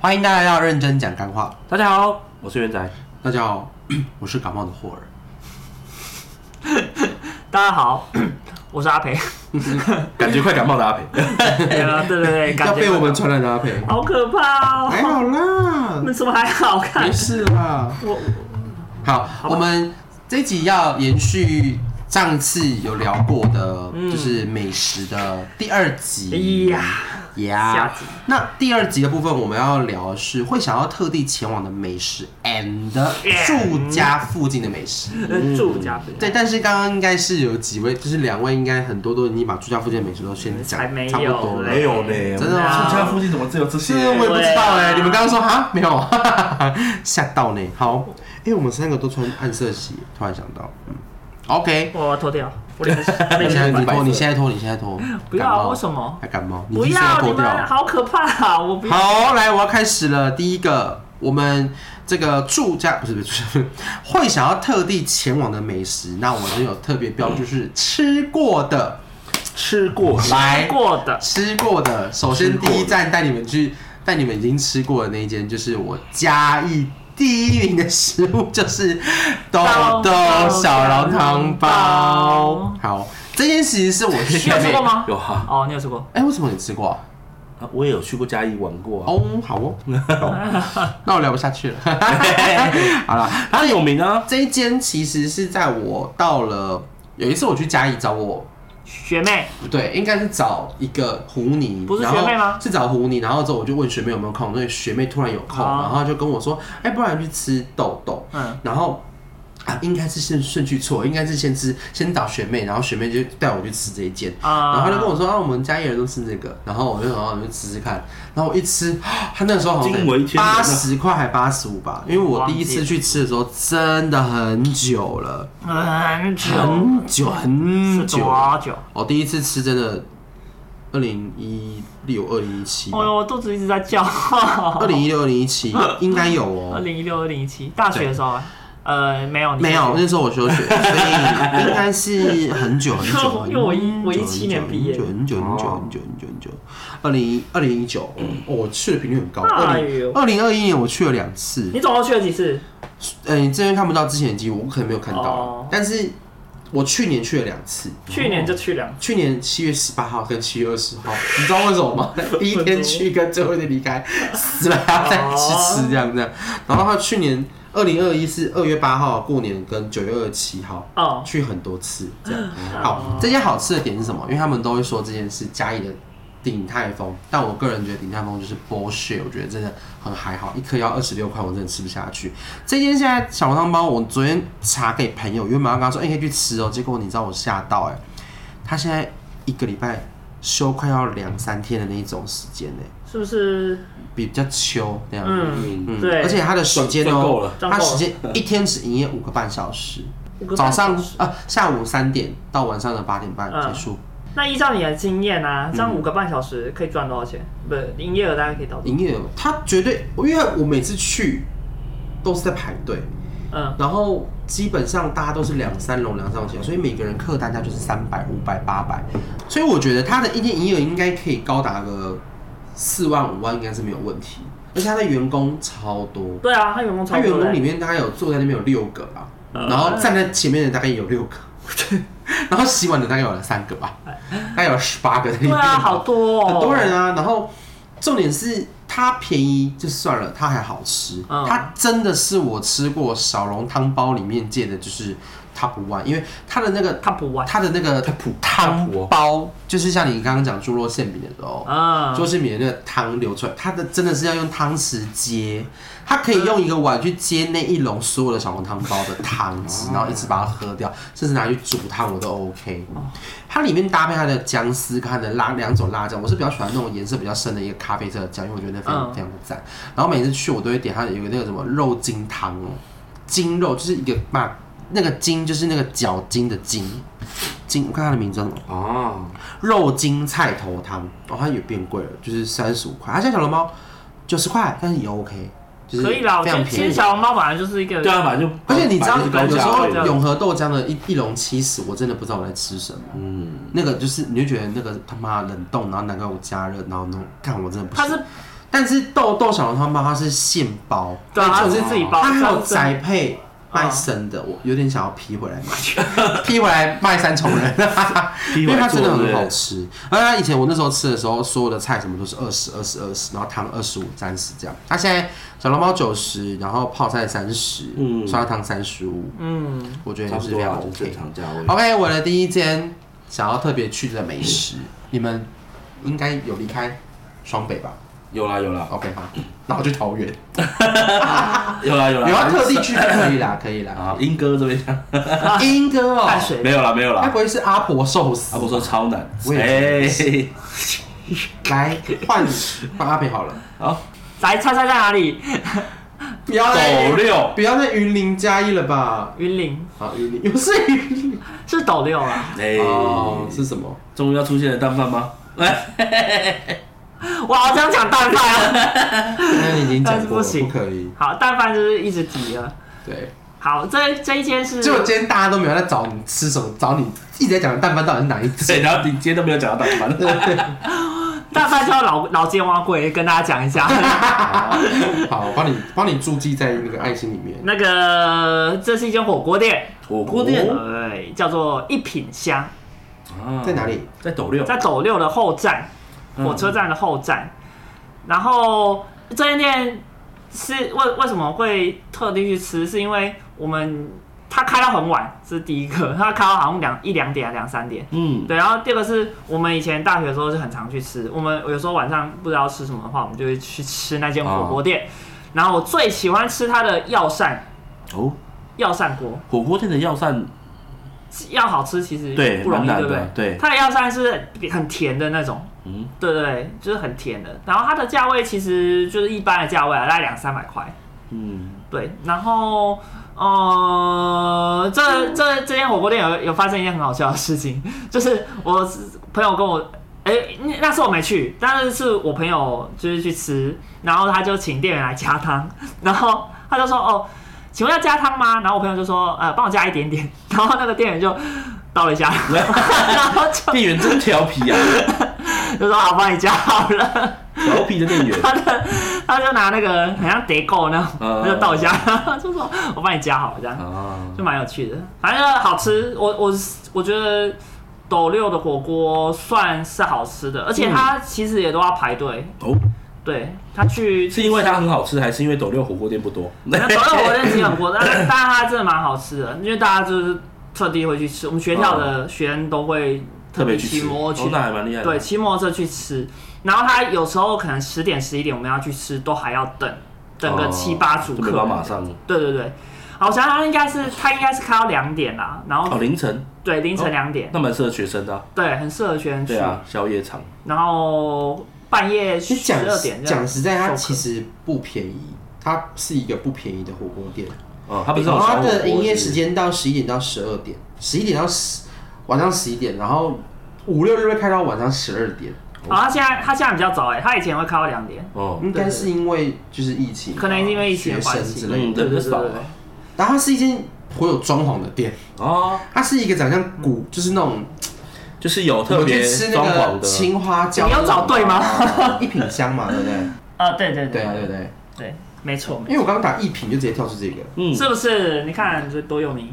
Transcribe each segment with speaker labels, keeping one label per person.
Speaker 1: 欢迎大家要认真讲干话。
Speaker 2: 大家好，我是元仔。
Speaker 1: 大家好， 我是感冒的霍尔。
Speaker 3: 大家好，我是阿培。
Speaker 2: 感觉快感冒的阿培，
Speaker 3: 对啊对对对，感
Speaker 1: 要
Speaker 3: 觉
Speaker 1: 被我们传染的阿培，
Speaker 3: 好可怕
Speaker 1: 还
Speaker 3: 哦！
Speaker 1: 好啦，
Speaker 3: 那怎么还好看
Speaker 1: 没？事啦。
Speaker 3: 我
Speaker 1: 好，我们这一集要延续上次有聊过的，就是美食的第二集。
Speaker 3: 嗯哎呀下
Speaker 1: 呀
Speaker 3: 集，
Speaker 1: 那第二集的部分我们要聊的是会想要特地前往的美食 and 住家附近的美食。
Speaker 3: 呃住家附近
Speaker 1: 对，但是刚刚应该是有几位，就是两位，应该很多都已经把住家附近的美食都先讲，
Speaker 3: 才嗯没
Speaker 1: 差不
Speaker 3: 有
Speaker 1: 多了
Speaker 3: 嘞。
Speaker 2: 没有呢，
Speaker 1: 真的吗
Speaker 2: 我们家附近怎么只有这些
Speaker 1: 这？我也不知道哎、
Speaker 3: 对啊
Speaker 1: 你们刚刚说哈没有，哈哈哈 吓到呢。好，哎、我们三个都穿暗色系，突然想到，嗯，OK，
Speaker 3: 我脱掉，我脸我
Speaker 1: 你
Speaker 3: 脸
Speaker 1: 现
Speaker 3: 很
Speaker 1: 在
Speaker 3: 白
Speaker 1: 你脱，你现在脱，你现在脱，
Speaker 3: 不要
Speaker 1: 感冒
Speaker 3: 为什么
Speaker 1: 还感冒？
Speaker 3: 不
Speaker 1: 你现在
Speaker 3: 要
Speaker 1: 脱
Speaker 3: 你们
Speaker 1: 掉。
Speaker 3: 好可怕！我不要
Speaker 1: 好，来，我要开始了。第一个，我们这个住家 不是不是不是，会想要特地前往的美食，那我们有特别标注 就是吃过的，
Speaker 2: 吃过
Speaker 1: 来
Speaker 3: 过的
Speaker 1: 吃过的，首先第一站带你们去，带你们已经吃过的那一间，就是我嘉义第一名的食物，就是豆豆小笼汤包。好，这件其实是 我
Speaker 3: 你有
Speaker 1: 学
Speaker 3: 吃
Speaker 1: 妹
Speaker 3: 过。吗？
Speaker 2: 有哈、
Speaker 3: 哦，你有吃过？
Speaker 1: 哎、为什么你吃过啊、
Speaker 2: 啊我也有去过嘉义玩过啊，
Speaker 1: 哦， 好哦，好那我聊不下去了。 好了，
Speaker 2: 它有名啊，
Speaker 1: 这一间其实是在我到了有一次我去嘉义找我
Speaker 3: 学妹，
Speaker 1: 不对，应该是找一个胡妮，
Speaker 3: 不是
Speaker 1: 然后
Speaker 3: 学妹吗
Speaker 1: 是找胡妮，然后之后我就问学妹有没有空，那学妹突然有空，
Speaker 3: 哦
Speaker 1: 然后她就跟我说，哎、不然去吃豆豆，
Speaker 3: 嗯，
Speaker 1: 然后。啊，应该是先顺序错，应该是先吃，先找学妹，然后学妹就带我去吃这一间，
Speaker 3: 啊
Speaker 1: 然后她就跟我说，啊，我们家一人都吃这个，然后我就然后我就吃吃看，然后我一吃， 她那个时候好像
Speaker 2: 惊为天人啊
Speaker 1: 八十块还八十五吧，因为我第一次去吃的时候真的很久了，
Speaker 3: 很久哎
Speaker 1: 很久很
Speaker 3: 哦是
Speaker 1: 久，
Speaker 3: 多啊久？
Speaker 1: 我哦第一次吃真的，二零一六、二零一七，
Speaker 3: 哦呦，我肚子一直在叫。
Speaker 1: 二零一六、二零一 七应该有哦。
Speaker 3: 二零一六、二零一七，大学的时候啊，呃，没有，你
Speaker 1: 没有，那时候我休学，所以应该是很久很久，很久
Speaker 3: 因为我一我一七年毕业哦
Speaker 1: 很久很久很久很久很久很久很久，二零二零一九，哦，我去的频率很高。二
Speaker 3: 嗯哎
Speaker 1: 零
Speaker 3: 呦
Speaker 1: 二零二一年我去了两次，
Speaker 3: 你总共去了几次？
Speaker 1: 呃，你这边看不到之前的记录，我可能没有看到
Speaker 3: 哦，
Speaker 1: 但是我去年去了两次，
Speaker 3: 去年就去两次，
Speaker 1: 去年七月十八号跟七月二十号，你知道为什么吗？第一天去跟最后一天离开，死了还要再去吃这样这样。然后他去年二零二一是二月八号过年跟九月二十七号，
Speaker 3: 哦，
Speaker 1: 去很多次这样。
Speaker 3: 嗯
Speaker 1: 好，这些好吃的点是什么？因为他们都会说这件事嘉义的鼎泰丰，但我个人觉得鼎泰丰就是 bullshit，我觉得真的很还好，一颗要二十六块，我真的吃不下去。这间现在小笼汤包，我昨天查给朋友，原本要跟他说，哎、你可以去吃哦、结果你知道我吓到哎、他现在一个礼拜休快要两三天的那一种时间呢、
Speaker 3: 是不是？
Speaker 1: 比较秋那样。
Speaker 3: 嗯，
Speaker 1: 嗯
Speaker 3: 对
Speaker 1: 而且他的时间
Speaker 2: 赚赚够
Speaker 1: 哦
Speaker 2: 了，
Speaker 1: 他时间一天只营业五个半小时，
Speaker 3: 五个
Speaker 1: 早
Speaker 3: 半
Speaker 1: 上
Speaker 3: 小时
Speaker 1: 啊，下午三点到晚上的八点半
Speaker 3: 嗯
Speaker 1: 结束，
Speaker 3: 那依照你的经验啊，这样五个半小时可以赚多少钱？不，营业额大概可以到多少？
Speaker 1: 营业额他绝对，因为我每次去都是在排队，
Speaker 3: 嗯，
Speaker 1: 然后基本上大家都是两三笼两三笼起来，所以每个人客单价就是三百、五百、八百，所以我觉得他的一天营业额应该可以高达个四万、五万，应该是没有问题。而且他的员工超多，
Speaker 3: 对啊，他员工超
Speaker 1: 他员
Speaker 3: 多
Speaker 1: 工里
Speaker 3: 的，
Speaker 1: 面大概有坐在那边有六个吧，
Speaker 3: 嗯
Speaker 1: 然后站在前面的大概有六个， 然后洗碗的大概有了三个吧，大概有十八个在里
Speaker 3: 对
Speaker 1: 面。
Speaker 3: 啊，好多哦，
Speaker 1: 很多人啊。然后重点是它便宜就算了，它还好吃，
Speaker 3: 嗯
Speaker 1: 它真的是我吃过小笼汤包里面界的就是 top one，因为它的那个
Speaker 3: 他不玩
Speaker 1: 它的那个汤包，就是像你刚刚讲猪肉馅饼的时候，
Speaker 3: 啊，
Speaker 1: 就是里面那个汤流出来，它的真的是要用汤匙接，它可以用一个碗去接那一笼所有的小笼汤包的汤汁，然后一直把它喝掉，甚至拿去煮汤我都 OK。它里面搭配它的姜丝跟它的辣两种辣酱，我是比较喜欢那种颜色比较深的一个咖啡色的酱，因为我觉得那非常
Speaker 3: 嗯
Speaker 1: 非常的赞。然后每次去我都会点它有一个那个什么肉筋汤哦，筋肉就是一个嘛，那个筋就是那个脚筋的筋。筋，我看它的名字叫什么？哦
Speaker 2: 啊，
Speaker 1: 肉筋菜头汤，哦，它也变贵了，就是三十五块。它现在小笼包九十块，但是也 OK，就是
Speaker 3: 可以啦，我
Speaker 1: 非
Speaker 3: 觉得
Speaker 1: 常
Speaker 3: 其实
Speaker 1: 便宜。
Speaker 3: 小笼包本来就是一个
Speaker 2: 对啊，反正就
Speaker 1: 而且你知道，
Speaker 2: 反
Speaker 1: 有
Speaker 2: 正就是
Speaker 1: 时
Speaker 2: 高价
Speaker 1: 候
Speaker 2: 位的
Speaker 1: 永和豆浆的一一笼七十，我真的不知道我在吃什么。
Speaker 2: 嗯，
Speaker 1: 那个就是，你就觉得那个他妈冷冻，然后难怪我加热，然后弄，干我真的不行。
Speaker 3: 它是
Speaker 1: 但是豆豆小笼汤包它是现包，
Speaker 3: 对啊，它
Speaker 1: 就是是
Speaker 3: 自己包，
Speaker 1: 它还有
Speaker 3: 这样子
Speaker 1: 宅配卖生的，我有点想要批回来 买，批回来卖三重人，
Speaker 2: 批
Speaker 1: 因
Speaker 2: 回
Speaker 1: 为
Speaker 2: 来
Speaker 1: 它
Speaker 2: 做
Speaker 1: 真的很好
Speaker 2: 对
Speaker 1: 吃。啊，以前我那时候吃的时候，所有的菜什么都是二十二十二十，然后汤二十五三十这样。它现在小笼包九十，然后泡菜三十，
Speaker 2: 嗯
Speaker 1: 酸辣汤三十五，
Speaker 3: 嗯，
Speaker 1: 我觉得
Speaker 2: 差
Speaker 1: 也
Speaker 2: 不
Speaker 1: 是哦
Speaker 2: 多
Speaker 1: 非常
Speaker 2: 啊，就正
Speaker 1: OK。
Speaker 2: 常价位。
Speaker 1: OK，我的第一间想要特别去的美食，
Speaker 2: 嗯
Speaker 1: 你们应该有离开双北吧
Speaker 2: 有啦有啦
Speaker 1: ？OK，好，那我去桃园。
Speaker 2: 有啦有啦，
Speaker 1: 你要特地去啊可以啦，可以 啦。
Speaker 2: 啊，英哥这边讲
Speaker 1: 英哥哦，
Speaker 3: 淡水
Speaker 2: 没有啦没有
Speaker 1: 该
Speaker 2: 啦
Speaker 1: 不，会是阿婆寿司？
Speaker 2: 啊阿伯说超难，
Speaker 1: 我也
Speaker 2: 哎，
Speaker 1: 来换换阿培好了，
Speaker 2: 好，
Speaker 3: 来猜猜在哪里？
Speaker 1: 不要
Speaker 2: 狗
Speaker 1: 再
Speaker 2: 六
Speaker 1: 不要再云林加一了吧？
Speaker 3: 云林
Speaker 1: 好，云林又 是云林
Speaker 3: 是斗 六啊，
Speaker 2: 哎，
Speaker 1: 哦，是什么？
Speaker 2: 终于要出现了蛋饭吗？
Speaker 3: 我好想讲蛋饭啊，
Speaker 1: 那你已经
Speaker 3: 但
Speaker 1: 讲
Speaker 3: 是
Speaker 1: 过
Speaker 3: 不
Speaker 1: 了，
Speaker 3: 行
Speaker 1: 不可以。
Speaker 3: 好，蛋饭就是一直提了。
Speaker 1: 对，
Speaker 3: 好，这这一间是
Speaker 1: 就今天大家都没有在找你吃什么，找你一直在讲的蛋饭到底是哪一
Speaker 2: 对，
Speaker 1: 只？
Speaker 2: 哎然后你今天都没有讲到蛋饭，
Speaker 3: 蛋饭叫老老煎蛙贵，跟大家讲一下。
Speaker 1: 好，我帮你帮你注记在那个爱心里面。
Speaker 3: 那个这是一间火锅店，
Speaker 2: 火锅店
Speaker 1: 哦
Speaker 3: 对，叫做一品香，
Speaker 2: 啊
Speaker 1: 在哪里？
Speaker 2: 在斗六，
Speaker 3: 在斗六的后站，
Speaker 2: 嗯
Speaker 3: 火车站的后站。然后这间店是为为什么会特地去吃？是因为我们它开到很晚，这是第一个，它开到好像两一两点、啊两三点。
Speaker 2: 嗯，
Speaker 3: 对，然后第二个是我们以前大学的时候就很常去吃，我们有时候晚上不知道吃什么的话，我们就会去吃那间火锅店。然后我最喜欢吃它的药膳
Speaker 2: 哦，
Speaker 3: 药膳锅，
Speaker 2: 火锅店的药膳
Speaker 3: 要好吃其实
Speaker 2: 对
Speaker 3: 不容易，
Speaker 2: 蛮难
Speaker 3: 对
Speaker 2: 的
Speaker 3: 不对？
Speaker 2: 对
Speaker 3: 它的药膳是很甜的那种，
Speaker 2: 嗯
Speaker 3: 对对对，就是很甜的。然后它的价位其实就是一般的价位啊，大概两三百块。
Speaker 2: 嗯，
Speaker 3: 对，然后呃，这这这间火锅店有有发生一件很好笑的事情，就是我朋友跟我，哎、那那次我没去，但是是我朋友就是去吃，然后他就请店员来加汤，然后他就说哦，请问要加汤吗？然后我朋友就说呃，帮我加一点点，然后那个店员就 倒了一下，然后就
Speaker 2: 店员真调皮啊，
Speaker 3: 就说好，帮你加好了。
Speaker 2: 调皮的店员，
Speaker 3: 他的他就拿那个很像得够那种，
Speaker 2: 嗯
Speaker 3: 他就倒一下，然后就说我帮你加好了这样。
Speaker 2: 啊，
Speaker 3: 就蛮有趣的，反正好吃。我我我觉得斗六的火锅算是好吃的，而且它
Speaker 2: 嗯
Speaker 3: 其实也都要排队。
Speaker 2: 哦，
Speaker 3: 对，他去
Speaker 2: 是因为它很好吃，还是因为斗六火锅店不 多？
Speaker 3: 那斗六火锅店其实很多，但 但它真的蛮好吃的，因为大家就是特地会去吃。我们学校的学生都会
Speaker 2: 嗯特别去
Speaker 3: 骑
Speaker 2: 吃，
Speaker 3: 摩托
Speaker 2: 哦
Speaker 3: 去，
Speaker 2: 那还蛮厉害的。
Speaker 3: 对，，骑摩托车去吃。然后他有时候可能十点十一点我们要去吃，都还要等等
Speaker 2: 哦
Speaker 3: 个七八组
Speaker 2: 就没
Speaker 3: 客
Speaker 2: 办
Speaker 3: 人。
Speaker 2: 法马上
Speaker 3: 对对对，好，我想想，他应该是他应该是开到两点啦，然后
Speaker 2: 哦，凌晨
Speaker 3: 对凌晨两点。
Speaker 2: 那蛮适合学生的啊，
Speaker 3: 对，很适合学生去。
Speaker 2: 对啊，宵夜场
Speaker 3: 然后半夜
Speaker 1: 其
Speaker 3: 十
Speaker 1: 实讲
Speaker 3: 二点这样
Speaker 1: 讲实在，它
Speaker 3: 授课
Speaker 1: 其实不便宜，它是一个不便宜的火锅店。
Speaker 2: 哦，它不是那
Speaker 1: 然
Speaker 2: 种
Speaker 1: 后
Speaker 2: 小火
Speaker 1: 它
Speaker 2: 锅
Speaker 1: 的营业
Speaker 2: 是
Speaker 1: 时间到十一点到十二点，十一点到十晚上十一点，然后五六日会开到晚上十二点，
Speaker 3: 哦，他现在他现在比较早哎，他以前会开到两点，
Speaker 2: 哦，
Speaker 1: 应该是因为就是疫情，
Speaker 3: 可能因为疫情
Speaker 1: 学
Speaker 3: 的关
Speaker 1: 生
Speaker 3: 系
Speaker 1: 之类的。
Speaker 2: 嗯，
Speaker 3: 对
Speaker 2: 人
Speaker 3: 对
Speaker 2: 比
Speaker 3: 对
Speaker 2: 较少
Speaker 3: 对
Speaker 2: 啊，
Speaker 1: 然后它是一间颇有装潢的店，
Speaker 2: 哦，
Speaker 1: 它是一个长相古，就是那种
Speaker 2: 就是有
Speaker 1: 我
Speaker 2: 特
Speaker 1: 们
Speaker 2: 别
Speaker 1: 去吃
Speaker 2: 装
Speaker 1: 那
Speaker 2: 潢
Speaker 1: 个
Speaker 2: 的，
Speaker 1: 青花椒，
Speaker 3: 你有找对吗？
Speaker 1: 一品香嘛，对不对？
Speaker 3: 啊，对 对
Speaker 1: 对啊，对
Speaker 3: 对
Speaker 1: 不对？
Speaker 3: 对，没错没
Speaker 1: 因为我刚刚打一品就直接跳出这个，
Speaker 2: 嗯
Speaker 3: 错，，是不是？你看这多有名。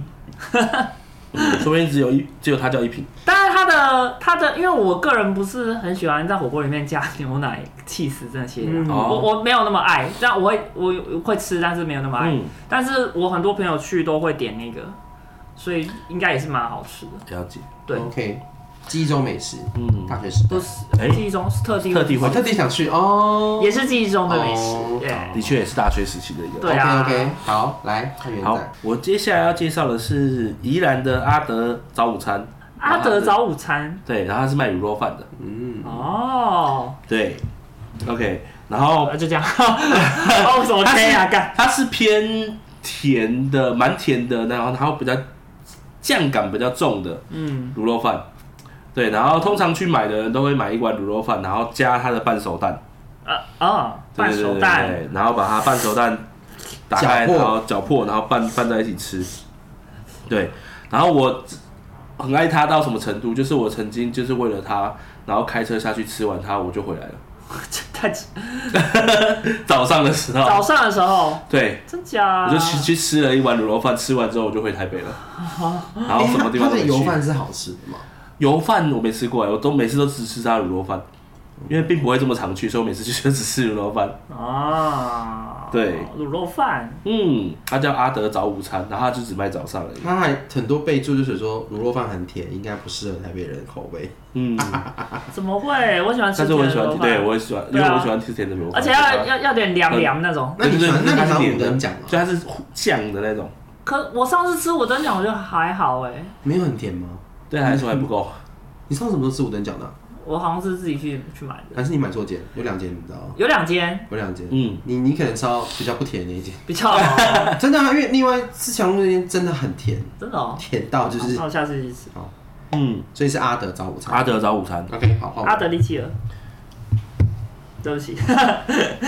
Speaker 2: 嗯说不定只有一只有它叫一品，
Speaker 3: 但是它的它的，因为我个人不是很喜欢在火锅里面加牛奶、气死这些的，
Speaker 1: 嗯
Speaker 3: 我我没有那么爱，但我会我我会吃，但是没有那么爱。
Speaker 2: 嗯，
Speaker 3: 但是我很多朋友去都会点那个，所以应该也是蛮好吃的。
Speaker 2: 了解，
Speaker 3: 对，
Speaker 1: ，OK，记忆中美食，
Speaker 2: 嗯，
Speaker 1: 大学时代
Speaker 3: 都是
Speaker 2: 哎
Speaker 3: 记忆中是特地
Speaker 2: 特地
Speaker 1: 我
Speaker 2: 会
Speaker 1: 特地想去哦，
Speaker 3: 也是记忆中的美食
Speaker 1: 哦，
Speaker 3: 对、啊
Speaker 2: 的确也是大学时期的一个。
Speaker 3: 对啊
Speaker 1: OK OK，好，来看元
Speaker 2: 好
Speaker 1: 仔，，
Speaker 2: 我接下来要介绍的是宜兰的阿德早午餐，
Speaker 3: 阿德早午餐
Speaker 2: 对，然后它是卖卤肉饭的，
Speaker 1: 嗯，
Speaker 3: 哦，
Speaker 2: 对，OK，然后
Speaker 3: 啊就这样， 哦怎么
Speaker 2: 它
Speaker 3: 这
Speaker 2: 是
Speaker 3: 样干？
Speaker 2: 它是偏甜的，蛮甜的，然后它会比较酱感比较重的
Speaker 3: 嗯，
Speaker 2: 卤肉饭，对，然后通常去买的人都会买一碗卤肉饭，然后加它的半熟蛋，
Speaker 3: 呃哦，
Speaker 2: 对
Speaker 3: 半
Speaker 2: 对对
Speaker 3: 熟
Speaker 2: 对
Speaker 3: 蛋，
Speaker 2: 对，然后把它半熟蛋打
Speaker 1: 搅
Speaker 2: 开，
Speaker 1: 破
Speaker 2: 然后搅破，然后拌拌在一起吃。对，然后我很爱它到什么程度？就是我曾经就是为了它，然后开车下去吃完它，我就回来了。
Speaker 3: 太
Speaker 2: 早上的时候，
Speaker 3: 早上啊的时候，
Speaker 2: 对，
Speaker 3: 真假？
Speaker 2: 我就去去吃了一碗卤肉饭，吃完之后我就回台北 了。然后什么地方
Speaker 1: 哎它的
Speaker 2: 都没
Speaker 1: 油
Speaker 2: 去。
Speaker 1: 饭是好吃的吗？
Speaker 2: 油饭我没吃过，欸我都每次都只吃它的卤肉饭，因为并不会这么常去，所以我每次去就只吃卤肉饭。
Speaker 3: 啊，
Speaker 2: 对
Speaker 3: 卤肉饭，
Speaker 2: 嗯，它叫阿德早午餐，然后它就只卖早上而已。
Speaker 1: 它还很多备注，就是说卤肉饭很甜，应该不适合台北人的口味。
Speaker 2: 嗯，
Speaker 3: 怎么会？我喜欢吃
Speaker 2: 但是我
Speaker 3: 啊甜的
Speaker 2: 很喜
Speaker 3: 卤
Speaker 2: 欢
Speaker 3: 肉
Speaker 2: 吃，
Speaker 3: 饭，
Speaker 2: 对我很喜欢，因
Speaker 3: 对啊
Speaker 2: 为我喜欢吃甜的牛肉
Speaker 3: 而
Speaker 2: 饭，
Speaker 3: 且要要要点凉凉那种。
Speaker 1: 那你
Speaker 2: 对
Speaker 1: 喜
Speaker 2: 对
Speaker 1: 欢
Speaker 2: 对
Speaker 1: 那你喜欢
Speaker 2: 它是甜
Speaker 1: 五
Speaker 2: 的
Speaker 1: 等奖啊？
Speaker 2: 就它是酱的那种，
Speaker 3: 可我上次吃我真讲，我觉得还好哎，
Speaker 1: 没有很甜吗？
Speaker 2: 对它来说还 不够。
Speaker 1: 你上次什么时候吃五等奖的啊？
Speaker 3: 我好像是自己去去买的，
Speaker 1: 还是你买错间？有两间你知道吗？
Speaker 3: 有两间
Speaker 1: 有两间。
Speaker 2: 嗯，
Speaker 1: 你你可能烧比较不甜那一间，
Speaker 3: 比较 好，
Speaker 1: 真的、啊，因为另外四强路那间真的很甜，
Speaker 3: 真的哦。
Speaker 1: 甜到就是
Speaker 3: 那，我下次去吃
Speaker 2: 嗯，
Speaker 1: 所以是阿德早午餐。
Speaker 2: 阿德早午餐，
Speaker 1: OK，好，换我
Speaker 3: 阿德利契尔。对不起，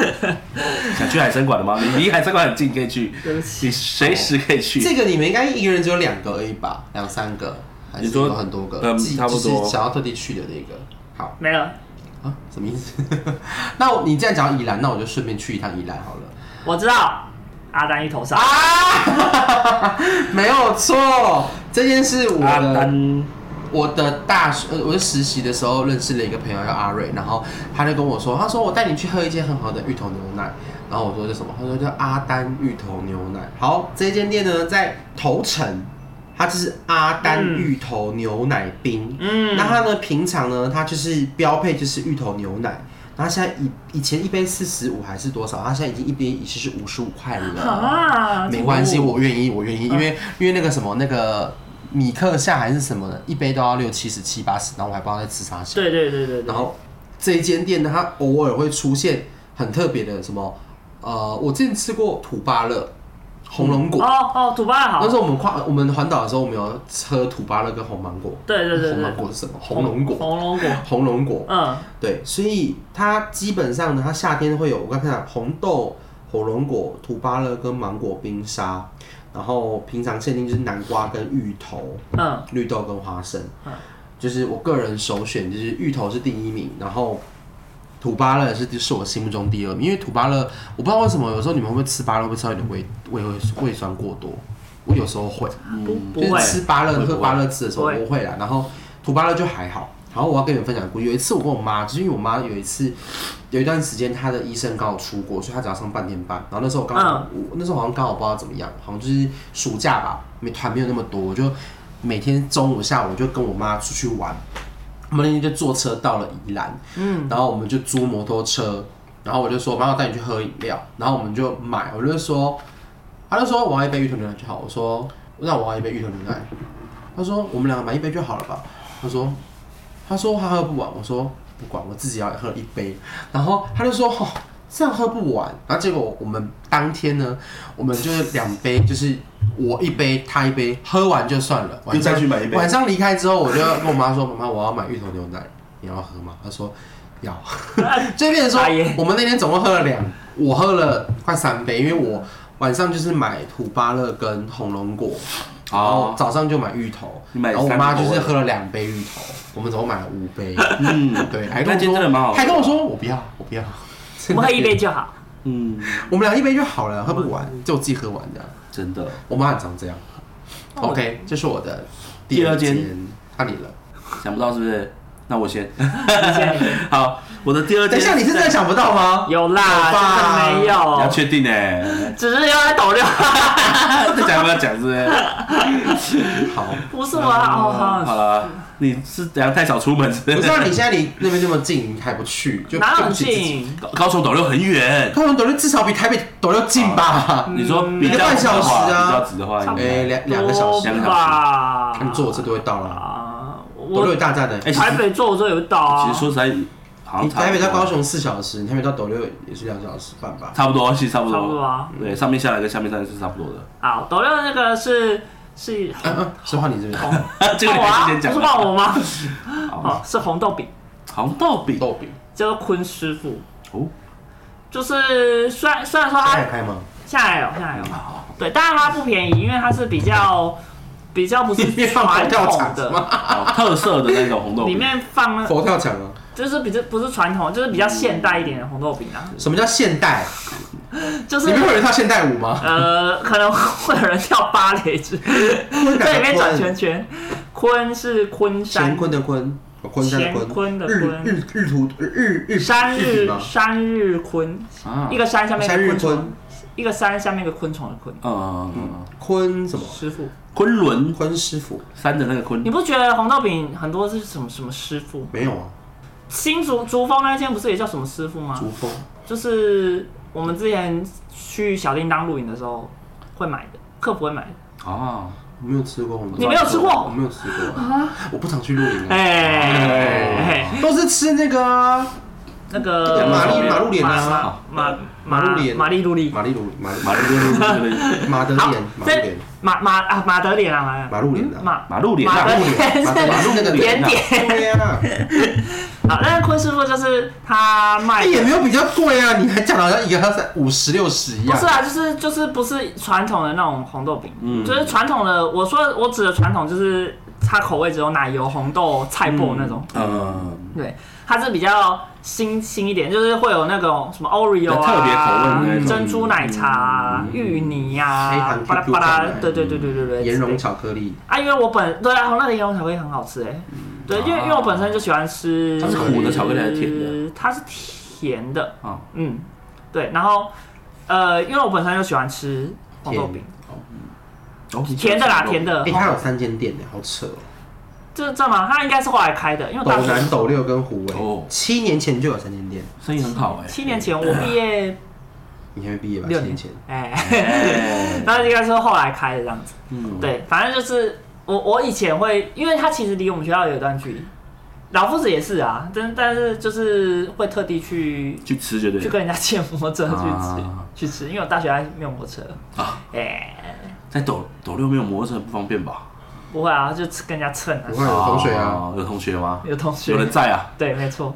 Speaker 2: 想去海参馆了吗？你离海参馆很近，可以去，
Speaker 3: 对不起，
Speaker 2: 你随时可以去。
Speaker 1: 这个你们应该一个人只有两个而已吧？两三个，还
Speaker 2: 你
Speaker 1: 是
Speaker 2: 说
Speaker 1: 有很多个？
Speaker 2: 嗯
Speaker 1: 自己
Speaker 2: 差不多
Speaker 1: 就是想要特地去的那个。好
Speaker 3: 没了。
Speaker 1: 啊，什么意思？ 那我你这样讲宜兰，那我就顺便去一趟宜兰好了。
Speaker 3: 我知道，阿丹一头上，
Speaker 1: 啊， 没有错，这件事我
Speaker 2: 阿
Speaker 1: 的
Speaker 2: 丹，
Speaker 1: 我的大学，呃，我在实习的时候认识了一个朋友叫阿瑞，然后他就跟我说，他说我带你去喝一间很好的芋头牛奶，然后我说这什么？他说叫阿丹芋头牛奶。好，这间店呢在头城，它就是阿丹
Speaker 3: 嗯
Speaker 1: 芋头牛奶冰。
Speaker 3: 嗯
Speaker 1: 那它呢平常呢它就是标配就是芋头牛奶。然后现在以以前一杯四十五还是多少，它现在已经一杯已经是五十五块了。
Speaker 3: 啊，嗯
Speaker 1: 没关系，
Speaker 3: 怎么
Speaker 1: 我愿意，我愿意，因为因为那个什么那个米克夏还是什么的，一杯都要六七十、七八十，然后我还不知道在吃啥小。
Speaker 3: 对对对对对
Speaker 1: 然，后这一间店呢，它偶尔会出现很特别的什么，呃，我之前吃过土巴乐、红龙果，
Speaker 3: 哦哦，土巴好
Speaker 1: 那时，候我们跨我们环岛的时候，我们有喝土巴乐跟红芒果。
Speaker 3: 对对对
Speaker 1: 红芒
Speaker 3: 对，
Speaker 1: 果是什么？红龙果，
Speaker 3: 红龙果，
Speaker 1: 红龙果。
Speaker 3: 嗯，
Speaker 1: 对，所以它基本上呢，它夏天会有我刚才讲红豆、火龙果、土巴乐跟芒果冰沙，然后平常限定就是南瓜跟芋头、
Speaker 3: 嗯，
Speaker 1: 绿豆跟花生
Speaker 3: 嗯。
Speaker 1: 就是我个人首选就是芋头是第一名，然后土巴乐是是我心目中第二名，因为土巴乐我不知道为什么有时候你们会不会吃芭乐会不会吃到有点胃胃胃胃酸过多，我有时候会。
Speaker 3: 不不
Speaker 1: 嗯就
Speaker 3: 会
Speaker 1: 是，吃芭乐
Speaker 2: 会不
Speaker 1: 喝
Speaker 2: 会
Speaker 1: 芭乐汁的时候
Speaker 3: 不会
Speaker 1: 不会啦，然后涂芭乐就还好。然后我要跟你们分享一个故事，有一次我跟我妈，就是因为我妈有一次有一段时间她的医生刚好出国，所以她只要上半天班。然后那时候我刚好、我那时候好像刚好不知道怎么样，好像就是暑假吧，没团没有那么多，我就每天中午下午我就跟我妈出去玩。我们那天就坐车到了宜兰，嗯，然后我们就租摩托车，然后我就说妈，我带你去喝饮料，然后我们就买，我就说他就说我要一杯芋头牛奶就好。我说那我要一杯芋头牛奶。他说我们两个买一杯就好了吧？他说他说他喝不完。我说不管，我自己要喝一杯。然后他就说哦，这样喝不完。然后结果我们当天呢，我们就是两杯，就是我一杯，他一杯，喝完就算了。晚上
Speaker 2: 又再去买一杯
Speaker 1: 晚上离开之后，我就跟我妈说，妈妈我要买芋头牛奶，你要喝吗？她说要。就变成说
Speaker 3: 阿姨，
Speaker 1: 我们那天总共喝了两，我喝了快三杯，因为我晚上就是买土巴乐跟红龙果，然后
Speaker 2: 哦，
Speaker 1: 早上就买芋头，
Speaker 2: 你买
Speaker 1: 然后我妈
Speaker 2: 三口
Speaker 1: 就是
Speaker 2: 味
Speaker 1: 喝了两杯芋头，我们总共买了五 杯，
Speaker 2: 嗯，
Speaker 1: 对，还跟
Speaker 2: 那
Speaker 1: 我
Speaker 2: 间真的蛮啊好
Speaker 1: 说，
Speaker 2: 喝的
Speaker 1: 还跟我说我不要，我不要，
Speaker 3: 我们喝一杯，就好。
Speaker 2: 嗯，
Speaker 1: 我们俩一杯就好了，喝不完就我自己喝完这样，
Speaker 2: 真的，
Speaker 1: 我妈很常这样。
Speaker 3: 那我
Speaker 1: OK，这是我的
Speaker 2: 哦第二间
Speaker 1: 间，那你了？
Speaker 2: 想不到是不是？那我先，
Speaker 3: 谢谢你
Speaker 2: 好，我的第二
Speaker 1: 等
Speaker 2: 间
Speaker 1: 一，下，你是真的想不到 吗？
Speaker 3: 有
Speaker 1: 有吧
Speaker 3: 啦，真的没
Speaker 2: 你要
Speaker 3: 有，
Speaker 2: 确定哎，
Speaker 3: 只是要来抖料，
Speaker 2: 再讲要不要讲是不是？
Speaker 1: 好，
Speaker 3: 不是我好好
Speaker 2: 好了，你是等下太少出门是不
Speaker 1: 我
Speaker 2: 是
Speaker 1: 知道你现在离那边那么近，你还不去，就
Speaker 3: 哪
Speaker 1: 对
Speaker 3: 有
Speaker 1: 不起自己
Speaker 3: 近？
Speaker 2: 高高雄斗六很远，
Speaker 1: 高雄斗六至少比台北斗六近吧？
Speaker 2: 你说比
Speaker 1: 一个
Speaker 2: 较
Speaker 1: 半
Speaker 2: 直的
Speaker 1: 小
Speaker 2: 话
Speaker 1: 时啊
Speaker 2: 比较直的话
Speaker 3: 差
Speaker 2: 应
Speaker 3: 不
Speaker 2: 该
Speaker 3: 多。
Speaker 1: 哎，两两个小时，
Speaker 2: 两个小时
Speaker 3: 吧？
Speaker 1: 看坐车都会到了。
Speaker 3: 啊，
Speaker 1: 斗六
Speaker 3: 我
Speaker 1: 大站呢？
Speaker 2: 哦哎其实
Speaker 3: 台北坐我这有到啊。
Speaker 2: 其实说实在，好
Speaker 1: 你
Speaker 2: 像差
Speaker 1: 台
Speaker 2: 不多
Speaker 1: 北到高雄四小时，你台北到斗六也是两小时半吧？
Speaker 2: 差不多，其实差不
Speaker 3: 差不多啊
Speaker 2: 多。对，上面下来跟下面上来是差不 多的。
Speaker 3: 好，抖料那个是是
Speaker 1: 嗯嗯，是换你这边。
Speaker 2: 这个
Speaker 3: 换
Speaker 2: 你
Speaker 3: 我
Speaker 2: 可以
Speaker 3: 啊，不
Speaker 2: 先讲
Speaker 3: 是。换我吗？
Speaker 2: 好
Speaker 3: 哦，是红豆饼，
Speaker 2: 红豆饼
Speaker 1: 豆饼
Speaker 3: 叫做坤师傅。
Speaker 2: 哦，
Speaker 3: 就是虽然虽然说
Speaker 1: 现在
Speaker 3: 它
Speaker 1: 有开吗？
Speaker 3: 下来有下来有，
Speaker 2: 哦
Speaker 3: 对，当然它不便宜，因为它是比较比 较不是
Speaker 1: 里面放佛
Speaker 3: 传
Speaker 1: 跳
Speaker 3: 统
Speaker 1: 墙是
Speaker 3: 的，
Speaker 1: 吗？
Speaker 2: 好特色的那种红豆
Speaker 3: 里
Speaker 2: 饼，
Speaker 3: 面放
Speaker 1: 佛跳墙啊？
Speaker 3: 就是比较不是传统，就是比较现代一点的红豆饼啊，
Speaker 1: 什么叫现代？
Speaker 3: 就是
Speaker 1: 里面会有人跳现代舞吗？
Speaker 3: 呃，可能会有人跳芭 蕾之，在里面转圈圈。昆是昆
Speaker 1: 乾
Speaker 3: 山，
Speaker 1: 坤的坤，哦昆山的
Speaker 3: 乾坤的
Speaker 1: 日
Speaker 3: 坤
Speaker 1: 日日图日日
Speaker 3: 山
Speaker 1: 日
Speaker 3: 日
Speaker 1: 语吗
Speaker 3: 山日昆，
Speaker 2: 啊
Speaker 3: 一，个山下面一
Speaker 1: 山
Speaker 3: 个
Speaker 1: 日
Speaker 3: 昆
Speaker 1: 坤
Speaker 3: 虫，一个山下面一个昆虫的
Speaker 1: 哦
Speaker 3: 昆。
Speaker 2: 嗯嗯嗯，
Speaker 1: 坤什么？
Speaker 3: 师傅，
Speaker 2: 昆仑
Speaker 1: 坤师傅
Speaker 2: 山的那个昆
Speaker 3: 你，不觉得红豆饼很多是什么什么师傅？
Speaker 1: 没有啊？
Speaker 3: 新竹竹峰那间不是也叫什么师傅吗？
Speaker 1: 竹峰
Speaker 3: 就是我们之前去小叮当露营的时候会买的，客服会买的。
Speaker 2: 哦，
Speaker 1: 我没有吃过，我不知道
Speaker 3: 你没有吃过
Speaker 1: 我没有吃过啊！我不常去露营啊，
Speaker 3: 哎，嘿
Speaker 1: 都是吃那个啊
Speaker 3: 那个
Speaker 1: 马丽马路脸哦
Speaker 2: 啊
Speaker 3: 马
Speaker 1: 马
Speaker 3: 马
Speaker 1: 路脸
Speaker 3: 马丽露丽，
Speaker 1: 马丽鲁马
Speaker 2: 马
Speaker 1: 马
Speaker 2: 路脸，
Speaker 1: 马德
Speaker 3: 好
Speaker 1: 脸马路
Speaker 3: 这
Speaker 1: 脸
Speaker 3: 马马啊马德脸啊
Speaker 1: 马路脸的
Speaker 3: 马
Speaker 2: 马路脸，啊
Speaker 3: 马
Speaker 2: 马
Speaker 3: 德
Speaker 2: 路脸，
Speaker 3: 脸
Speaker 1: 马德马路那个
Speaker 3: 是
Speaker 1: 脸
Speaker 3: 哎点
Speaker 2: 啊
Speaker 3: 点。
Speaker 1: 对呀，
Speaker 3: 好，那坤师傅就是他卖
Speaker 1: 哎
Speaker 3: 的
Speaker 1: 也没有比较贵啊，你还讲得好像一个要三五十六十一
Speaker 3: 不
Speaker 1: 样
Speaker 3: 是，啊，就是就是不是传统的那种红豆饼，
Speaker 2: 嗯
Speaker 3: 就是传统的。我说的我指的传统就是它口味只有奶油、红豆、菜脯那种。
Speaker 2: 嗯，
Speaker 3: 对，它是比较新新一点，就是会有那种什么 Oreo 啊，
Speaker 2: 特别口味的那种嗯
Speaker 3: 珍珠奶茶、啊、芋泥呀、
Speaker 1: 黑
Speaker 3: 啊
Speaker 1: 糖，
Speaker 3: 巴拉
Speaker 1: QQ
Speaker 3: 巴拉
Speaker 1: 酱啊，
Speaker 3: 对对对对对对，
Speaker 1: 盐
Speaker 3: 之类
Speaker 1: 蓉
Speaker 3: 的
Speaker 1: 巧克力，
Speaker 3: 啊，因为我本对啊，那个盐蓉巧克力很好吃哎，对，因为
Speaker 2: 啊
Speaker 3: 因为我本身就喜欢吃，
Speaker 2: 它是
Speaker 1: 苦的
Speaker 2: 巧克力还是甜的？
Speaker 3: 它是甜的，
Speaker 2: 啊，
Speaker 3: 嗯，对，然后呃，因为我本身就喜欢吃红豆饼，
Speaker 2: 哦
Speaker 3: 甜的啦，甜，的
Speaker 1: 哎，，它有三间店呢，好扯哦，
Speaker 3: 这这嘛，它应该是后来开的，因为我大
Speaker 1: 斗
Speaker 3: 学
Speaker 1: 南、斗六跟虎尾
Speaker 2: 哦，
Speaker 1: 七年前就有三间店，
Speaker 2: 生意很好哎，
Speaker 3: 七年前我毕业
Speaker 1: 你还没毕业吧？七
Speaker 3: 六年
Speaker 1: 年前，
Speaker 3: 哎，
Speaker 2: 哎，
Speaker 3: 那应该是后来开的这样子。
Speaker 2: 嗯，
Speaker 3: 对，反正就是我我以前会，因为它其实离我们学校有一段距离，老夫子也是啊，但但是就是会特地去
Speaker 2: 去吃就对
Speaker 3: 去
Speaker 2: 了，
Speaker 3: 跟人家借摩托车去吃、
Speaker 2: 啊
Speaker 3: 去吃，因为我大学还没有摩托车
Speaker 2: 啊，
Speaker 3: 哎、
Speaker 2: 在斗斗六没有摩托车很不方便吧？
Speaker 3: 不会啊，就吃跟人家蹭啊
Speaker 1: 不。会有同学啊，
Speaker 2: 哦，有同学吗？
Speaker 3: 有同学
Speaker 2: 有人在啊，
Speaker 3: 对，没错，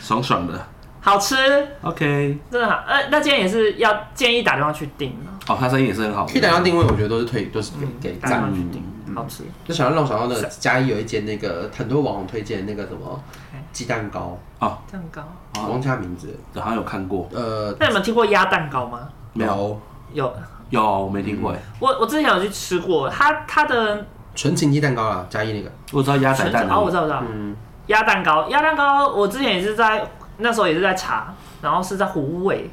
Speaker 2: 爽爽的
Speaker 3: 好吃，
Speaker 2: ，OK，
Speaker 3: 真的好。呃，那今天也是要建议打电话去订啊，
Speaker 2: 哦，他生意也是很好，
Speaker 1: 去打上定位，我觉得都是推，都是
Speaker 3: 嗯，
Speaker 1: 给给
Speaker 3: 打电
Speaker 1: 赞
Speaker 3: 话。去订，
Speaker 2: 嗯
Speaker 3: 好吃。
Speaker 1: 就想要让我想到那个嘉义有一间那个很多网红推荐的那个什么
Speaker 3: 哎
Speaker 1: 鸡蛋糕，
Speaker 3: 蛋糕，
Speaker 2: 啊
Speaker 1: 我忘记它名字了。
Speaker 2: 好像有看过，
Speaker 1: 呃，
Speaker 3: 那你们听过鸭蛋糕吗？
Speaker 2: 没有
Speaker 1: 有
Speaker 3: 有，
Speaker 2: 有我没听过哎，
Speaker 3: 我我之前有去吃过，它它的
Speaker 1: 纯情鸡蛋糕啦，嘉义那个，
Speaker 2: 我知道鸭仔蛋啊
Speaker 3: 哦，我知
Speaker 2: 道，
Speaker 3: 道，我知道，
Speaker 1: 嗯，
Speaker 3: 鸭蛋糕，鸭蛋糕，我之前也是在那时候也是在查，然后是在虎尾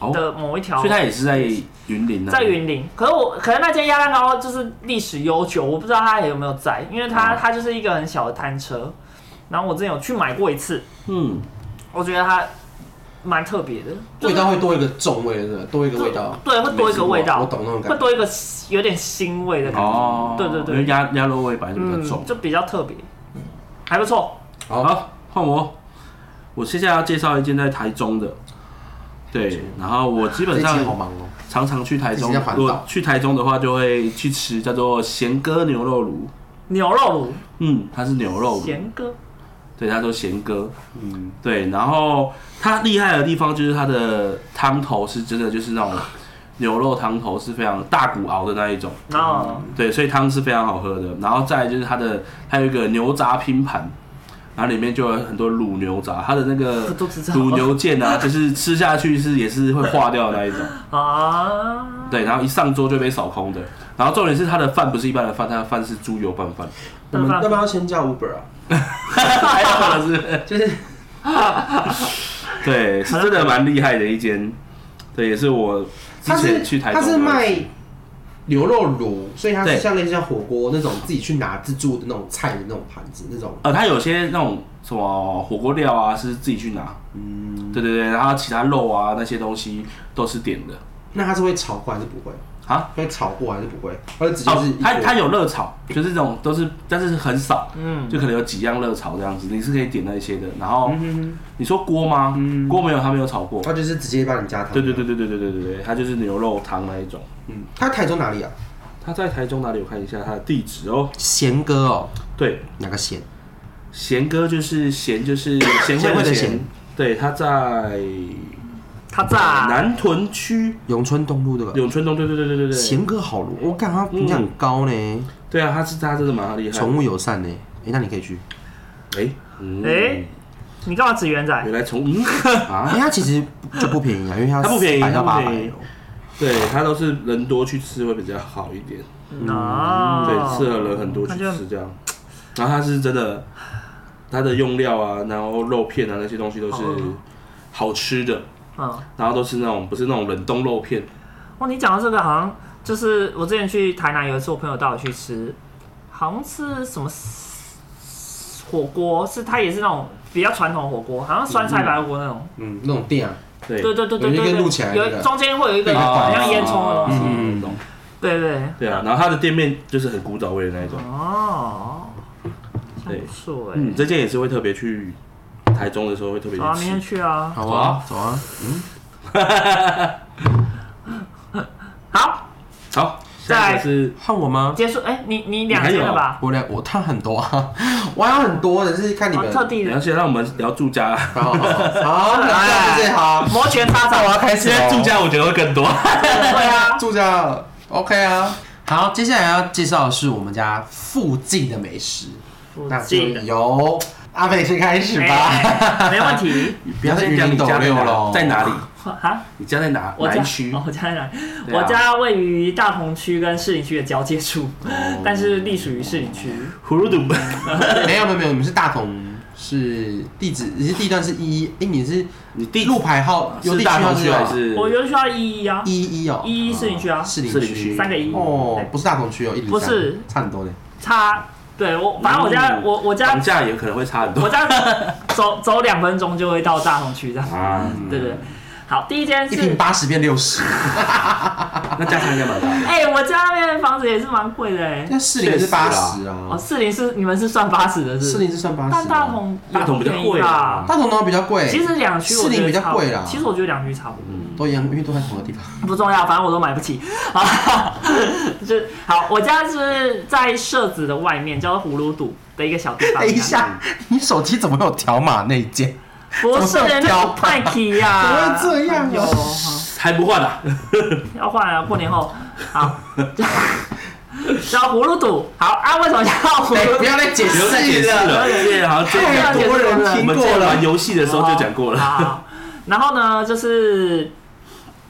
Speaker 2: 哦，
Speaker 3: 的某一条，
Speaker 2: 所以他也是在云
Speaker 1: 嗯
Speaker 2: 林啊，
Speaker 3: 在云林。可是我，可是那间鸭蛋糕就是历史悠久，我不知道它还有没有在，因为它、
Speaker 1: 嗯
Speaker 2: 哦
Speaker 3: 它就是一个很小的摊车。然后我之前有去买过一次，
Speaker 2: 嗯，
Speaker 3: 我觉得它蛮特别的，就是
Speaker 1: 味道会多一个重味，是吧？多一个味道，
Speaker 3: 对，会多一个味
Speaker 1: 我
Speaker 3: 道，
Speaker 1: 懂那种
Speaker 3: 会
Speaker 1: 感觉。
Speaker 3: 多一个有点腥味的感觉，
Speaker 2: 哦，
Speaker 3: 嗯对对对
Speaker 2: 因为鸭鸭肉味本来就比较
Speaker 3: 嗯，
Speaker 2: 重。
Speaker 3: 就比较特别，还不错。
Speaker 1: 好，
Speaker 2: 好，换我，我接下来要介绍一间在台中的，对，然后我基
Speaker 1: 这
Speaker 2: 本
Speaker 1: 期好
Speaker 2: 上
Speaker 1: 忙哦，
Speaker 2: 常常去台
Speaker 1: 这
Speaker 2: 中
Speaker 1: 间在，环岛
Speaker 2: 如果去台中的话就会去吃叫做贤哥牛肉炉，
Speaker 3: 牛肉
Speaker 2: 嗯，它是牛肉
Speaker 3: 卤，
Speaker 2: 炉，
Speaker 3: 咸哥，
Speaker 2: 对，它叫贤哥，
Speaker 1: 嗯，
Speaker 2: 对，然后它厉害的地方就是它的汤头是真的就是那种牛肉汤头是非常大骨熬的那一种，
Speaker 3: 然后
Speaker 2: 对，所以汤是非常好喝的。然后再来就是它的还有一个牛杂拼盘，然后里面就有很多卤牛杂，它的那
Speaker 3: 我
Speaker 2: 个
Speaker 3: 都知道
Speaker 2: 卤牛腱啊，就是吃下去是也是会化掉的那一种。
Speaker 3: 啊，
Speaker 2: 对，然后一上桌就被扫空的。然后重点是它的饭不是一般的饭，它的饭是猪油拌饭，
Speaker 1: 我们要不要先叫 Uber 啊？
Speaker 2: 太好了是不是？
Speaker 1: 就是
Speaker 2: 对，是真的蛮厉害的一间。对，也是我之
Speaker 1: 它是
Speaker 2: 前去台
Speaker 1: 它
Speaker 2: 中的，
Speaker 1: 是卖牛肉炉，所以它是
Speaker 2: 对
Speaker 1: 像类似像火锅那种自己去拿自助的那种菜的那种盘子那种，
Speaker 2: 呃，它有些那种什么火锅料啊是自己去拿，嗯，对对对，然后其他肉啊那些东西都是点的
Speaker 1: 那它是会炒过还是不会？
Speaker 2: 啊。
Speaker 1: 会炒过还是不会？它就直接
Speaker 2: 哦
Speaker 1: 是一，锅
Speaker 2: 它它有热炒，就是这种都是，但是很少，
Speaker 3: 嗯，
Speaker 2: 就可能有几样热炒这样子，你是可以点那些的。然后
Speaker 1: 嗯
Speaker 2: 你说锅吗？锅没有，它没有炒过。
Speaker 1: 它就是直接帮你加糖。
Speaker 2: 对对对对对对对对对，它就是牛肉汤那一种。
Speaker 1: 嗯，它台中哪里啊？
Speaker 2: 它在台中哪里？我看一下它的地址哦。
Speaker 1: 贤哥哦，
Speaker 2: 对，
Speaker 1: 哪个贤？
Speaker 2: 贤哥就是贤，就是贤
Speaker 1: 贤
Speaker 2: 惠
Speaker 1: 惠
Speaker 2: 的
Speaker 1: 的
Speaker 2: 贤
Speaker 1: 贤。
Speaker 2: 对，它在
Speaker 3: 他在
Speaker 2: 南屯区
Speaker 1: 永春东路对吧？
Speaker 2: 永春东，对对对对对对，
Speaker 1: 贤哥好罗，我感他评价很高呢，
Speaker 2: 对啊，他是他真的蛮厉害的。
Speaker 1: 宠物友善呢。哎，那你可以去。
Speaker 2: 哎，嗯
Speaker 3: 哎你干嘛指元仔
Speaker 2: 原？来宠物啊
Speaker 1: 哎，，它其实就不便宜啊，因为它
Speaker 2: 它不便宜
Speaker 1: 百到
Speaker 2: 它
Speaker 1: 八
Speaker 2: 不
Speaker 1: 百
Speaker 2: 便宜
Speaker 1: 哦。
Speaker 2: 对，它都是人多去吃会比较好一点，
Speaker 1: 嗯
Speaker 3: 啊，
Speaker 2: 对，适合人很多去
Speaker 3: 那就
Speaker 2: 吃这样。然后它是真的，它的用料啊，然后肉片啊那些东西都是
Speaker 3: 哦
Speaker 2: 好吃的，
Speaker 3: 嗯，
Speaker 2: 然后都是那种不是那种冷冻肉片，
Speaker 3: 哦，你讲到这个，好像就是我之前去台南有一次，我朋友带我去吃，好像是什么 s- s- 火锅，是它也是那种比较传统火锅，好像酸菜白火锅那种。
Speaker 1: 嗯，那种店啊，
Speaker 2: 对，啊
Speaker 3: 对对对对
Speaker 1: 有一
Speaker 3: 对
Speaker 1: 个
Speaker 3: 对，
Speaker 1: 录起来的那
Speaker 3: 有
Speaker 1: 个
Speaker 3: 中间会有一个
Speaker 1: 对
Speaker 3: 好像
Speaker 1: 对
Speaker 3: 烟囱的东西。
Speaker 1: 嗯
Speaker 2: 嗯，懂
Speaker 3: 对对。
Speaker 2: 对啊，然后它的店面就是很古早味的那一种，
Speaker 3: 哦，
Speaker 2: 对
Speaker 3: 不错哎。
Speaker 2: 嗯，这件也是会特别去台中的时候会特别
Speaker 3: 好啊，
Speaker 2: 去
Speaker 3: 明天
Speaker 2: 吃，
Speaker 3: 去啊。
Speaker 1: 好
Speaker 2: 走啊
Speaker 1: 啊，走啊。
Speaker 3: 好，
Speaker 2: 好，下一个是
Speaker 1: 换我吗？
Speaker 3: 结束。哎，你你两间了吧？
Speaker 1: 我来，我他很多啊， 我还有很多的，是看你
Speaker 3: 哦
Speaker 1: 们。
Speaker 3: 特地
Speaker 2: 你
Speaker 3: 的哎
Speaker 2: 要先让我们聊 住家，
Speaker 1: 好好，好好，那最好。
Speaker 3: 摩拳擦掌，我要开
Speaker 1: 始哦
Speaker 2: 住家我觉得会 更多，
Speaker 3: 对啊，
Speaker 1: 住家了，OK 啊。好，接下来要介绍的是我们家附近的美食，
Speaker 3: 附
Speaker 1: 那就
Speaker 3: 近的
Speaker 1: 由阿北先开始吧。
Speaker 3: 哎没问 题。
Speaker 1: 不要再
Speaker 2: 先讲你家在
Speaker 1: 云林斗六
Speaker 2: 哪
Speaker 1: 咯
Speaker 2: 在哪里？
Speaker 1: 哦
Speaker 3: 哈。
Speaker 2: 你家在哪？
Speaker 3: 我
Speaker 2: 哪
Speaker 3: 家
Speaker 2: 一区？
Speaker 3: 哦我家在哪？
Speaker 2: 对
Speaker 3: 我
Speaker 2: 啊
Speaker 3: 家位于大同区跟市里区的交界处，
Speaker 1: 哦
Speaker 3: 但是隶属于市里区。
Speaker 2: 葫芦堵。
Speaker 3: 嗯
Speaker 1: 没有没有没有，你们是大同，是地址，你是地段是一，哎，你是
Speaker 2: 你地
Speaker 1: 路牌号有
Speaker 2: 是
Speaker 1: 地
Speaker 2: 大同
Speaker 1: 区啊
Speaker 2: 区
Speaker 1: 号
Speaker 2: 还
Speaker 1: 吗
Speaker 2: 是？
Speaker 3: 我原需要一一啊，
Speaker 1: 一一哦，
Speaker 3: 一一市里区啊，
Speaker 1: 士林
Speaker 2: 士林
Speaker 1: 区
Speaker 2: 区
Speaker 3: 三个一
Speaker 1: 哦
Speaker 3: 对，
Speaker 1: 不是大同区哦，一零
Speaker 3: 不是
Speaker 1: 差很多嘞。
Speaker 3: 差对我，反正我家
Speaker 2: 嗯
Speaker 3: 我我家
Speaker 2: 房价也可能会差很
Speaker 3: 我
Speaker 2: 多
Speaker 3: 家走走两分钟就会到大同区这样。
Speaker 2: 啊。
Speaker 3: 对对，对好，第一间
Speaker 1: 嗯一瓶
Speaker 3: 是。
Speaker 1: 八十变六十，
Speaker 2: 那家常应该蛮大的。
Speaker 3: 哎、我家那边的房子也是蛮贵的哎、
Speaker 1: 那士林是八十
Speaker 3: 哦，
Speaker 1: 啊，
Speaker 3: 四零是你们是算八十的是
Speaker 1: 士
Speaker 3: 不是？
Speaker 1: 林是算八十。啊
Speaker 3: 但大，同也
Speaker 2: 大同比较贵
Speaker 3: 便宜
Speaker 2: 啊
Speaker 3: 啦。
Speaker 1: 大同当然比较贵，
Speaker 3: 其实两区我觉
Speaker 1: 士林
Speaker 3: 得
Speaker 1: 比较
Speaker 3: 差不多
Speaker 1: 贵啦
Speaker 3: 其实我觉得两区差不多。
Speaker 1: 都一样，因为都在同个地方。
Speaker 3: 不重要，反正我都买不起。 啊，就好，我家是在社子的外面，叫做葫芦堵的一个小地方。
Speaker 1: 等一，下，你手机怎么有条码内件？
Speaker 3: 不是
Speaker 1: 怎么会有
Speaker 3: 那
Speaker 1: 条
Speaker 3: 个派皮呀、
Speaker 1: 怎么会这样啊
Speaker 3: 有、
Speaker 2: 还不换 啊？
Speaker 3: 要换啊，过年后好。 叫葫芦堵，好啊，为什么叫葫芦
Speaker 1: 哎，
Speaker 3: 堵
Speaker 1: 不？要再解
Speaker 2: 不
Speaker 1: 释
Speaker 2: 用再解释了，因为好像这
Speaker 3: 哎
Speaker 1: 太
Speaker 2: 个
Speaker 1: 多人
Speaker 2: 我
Speaker 1: 听
Speaker 2: 们
Speaker 1: 过
Speaker 2: 在玩
Speaker 1: 了。
Speaker 2: 游戏的时候就讲过
Speaker 3: 哦好
Speaker 2: 了。
Speaker 3: 好好然后呢，就是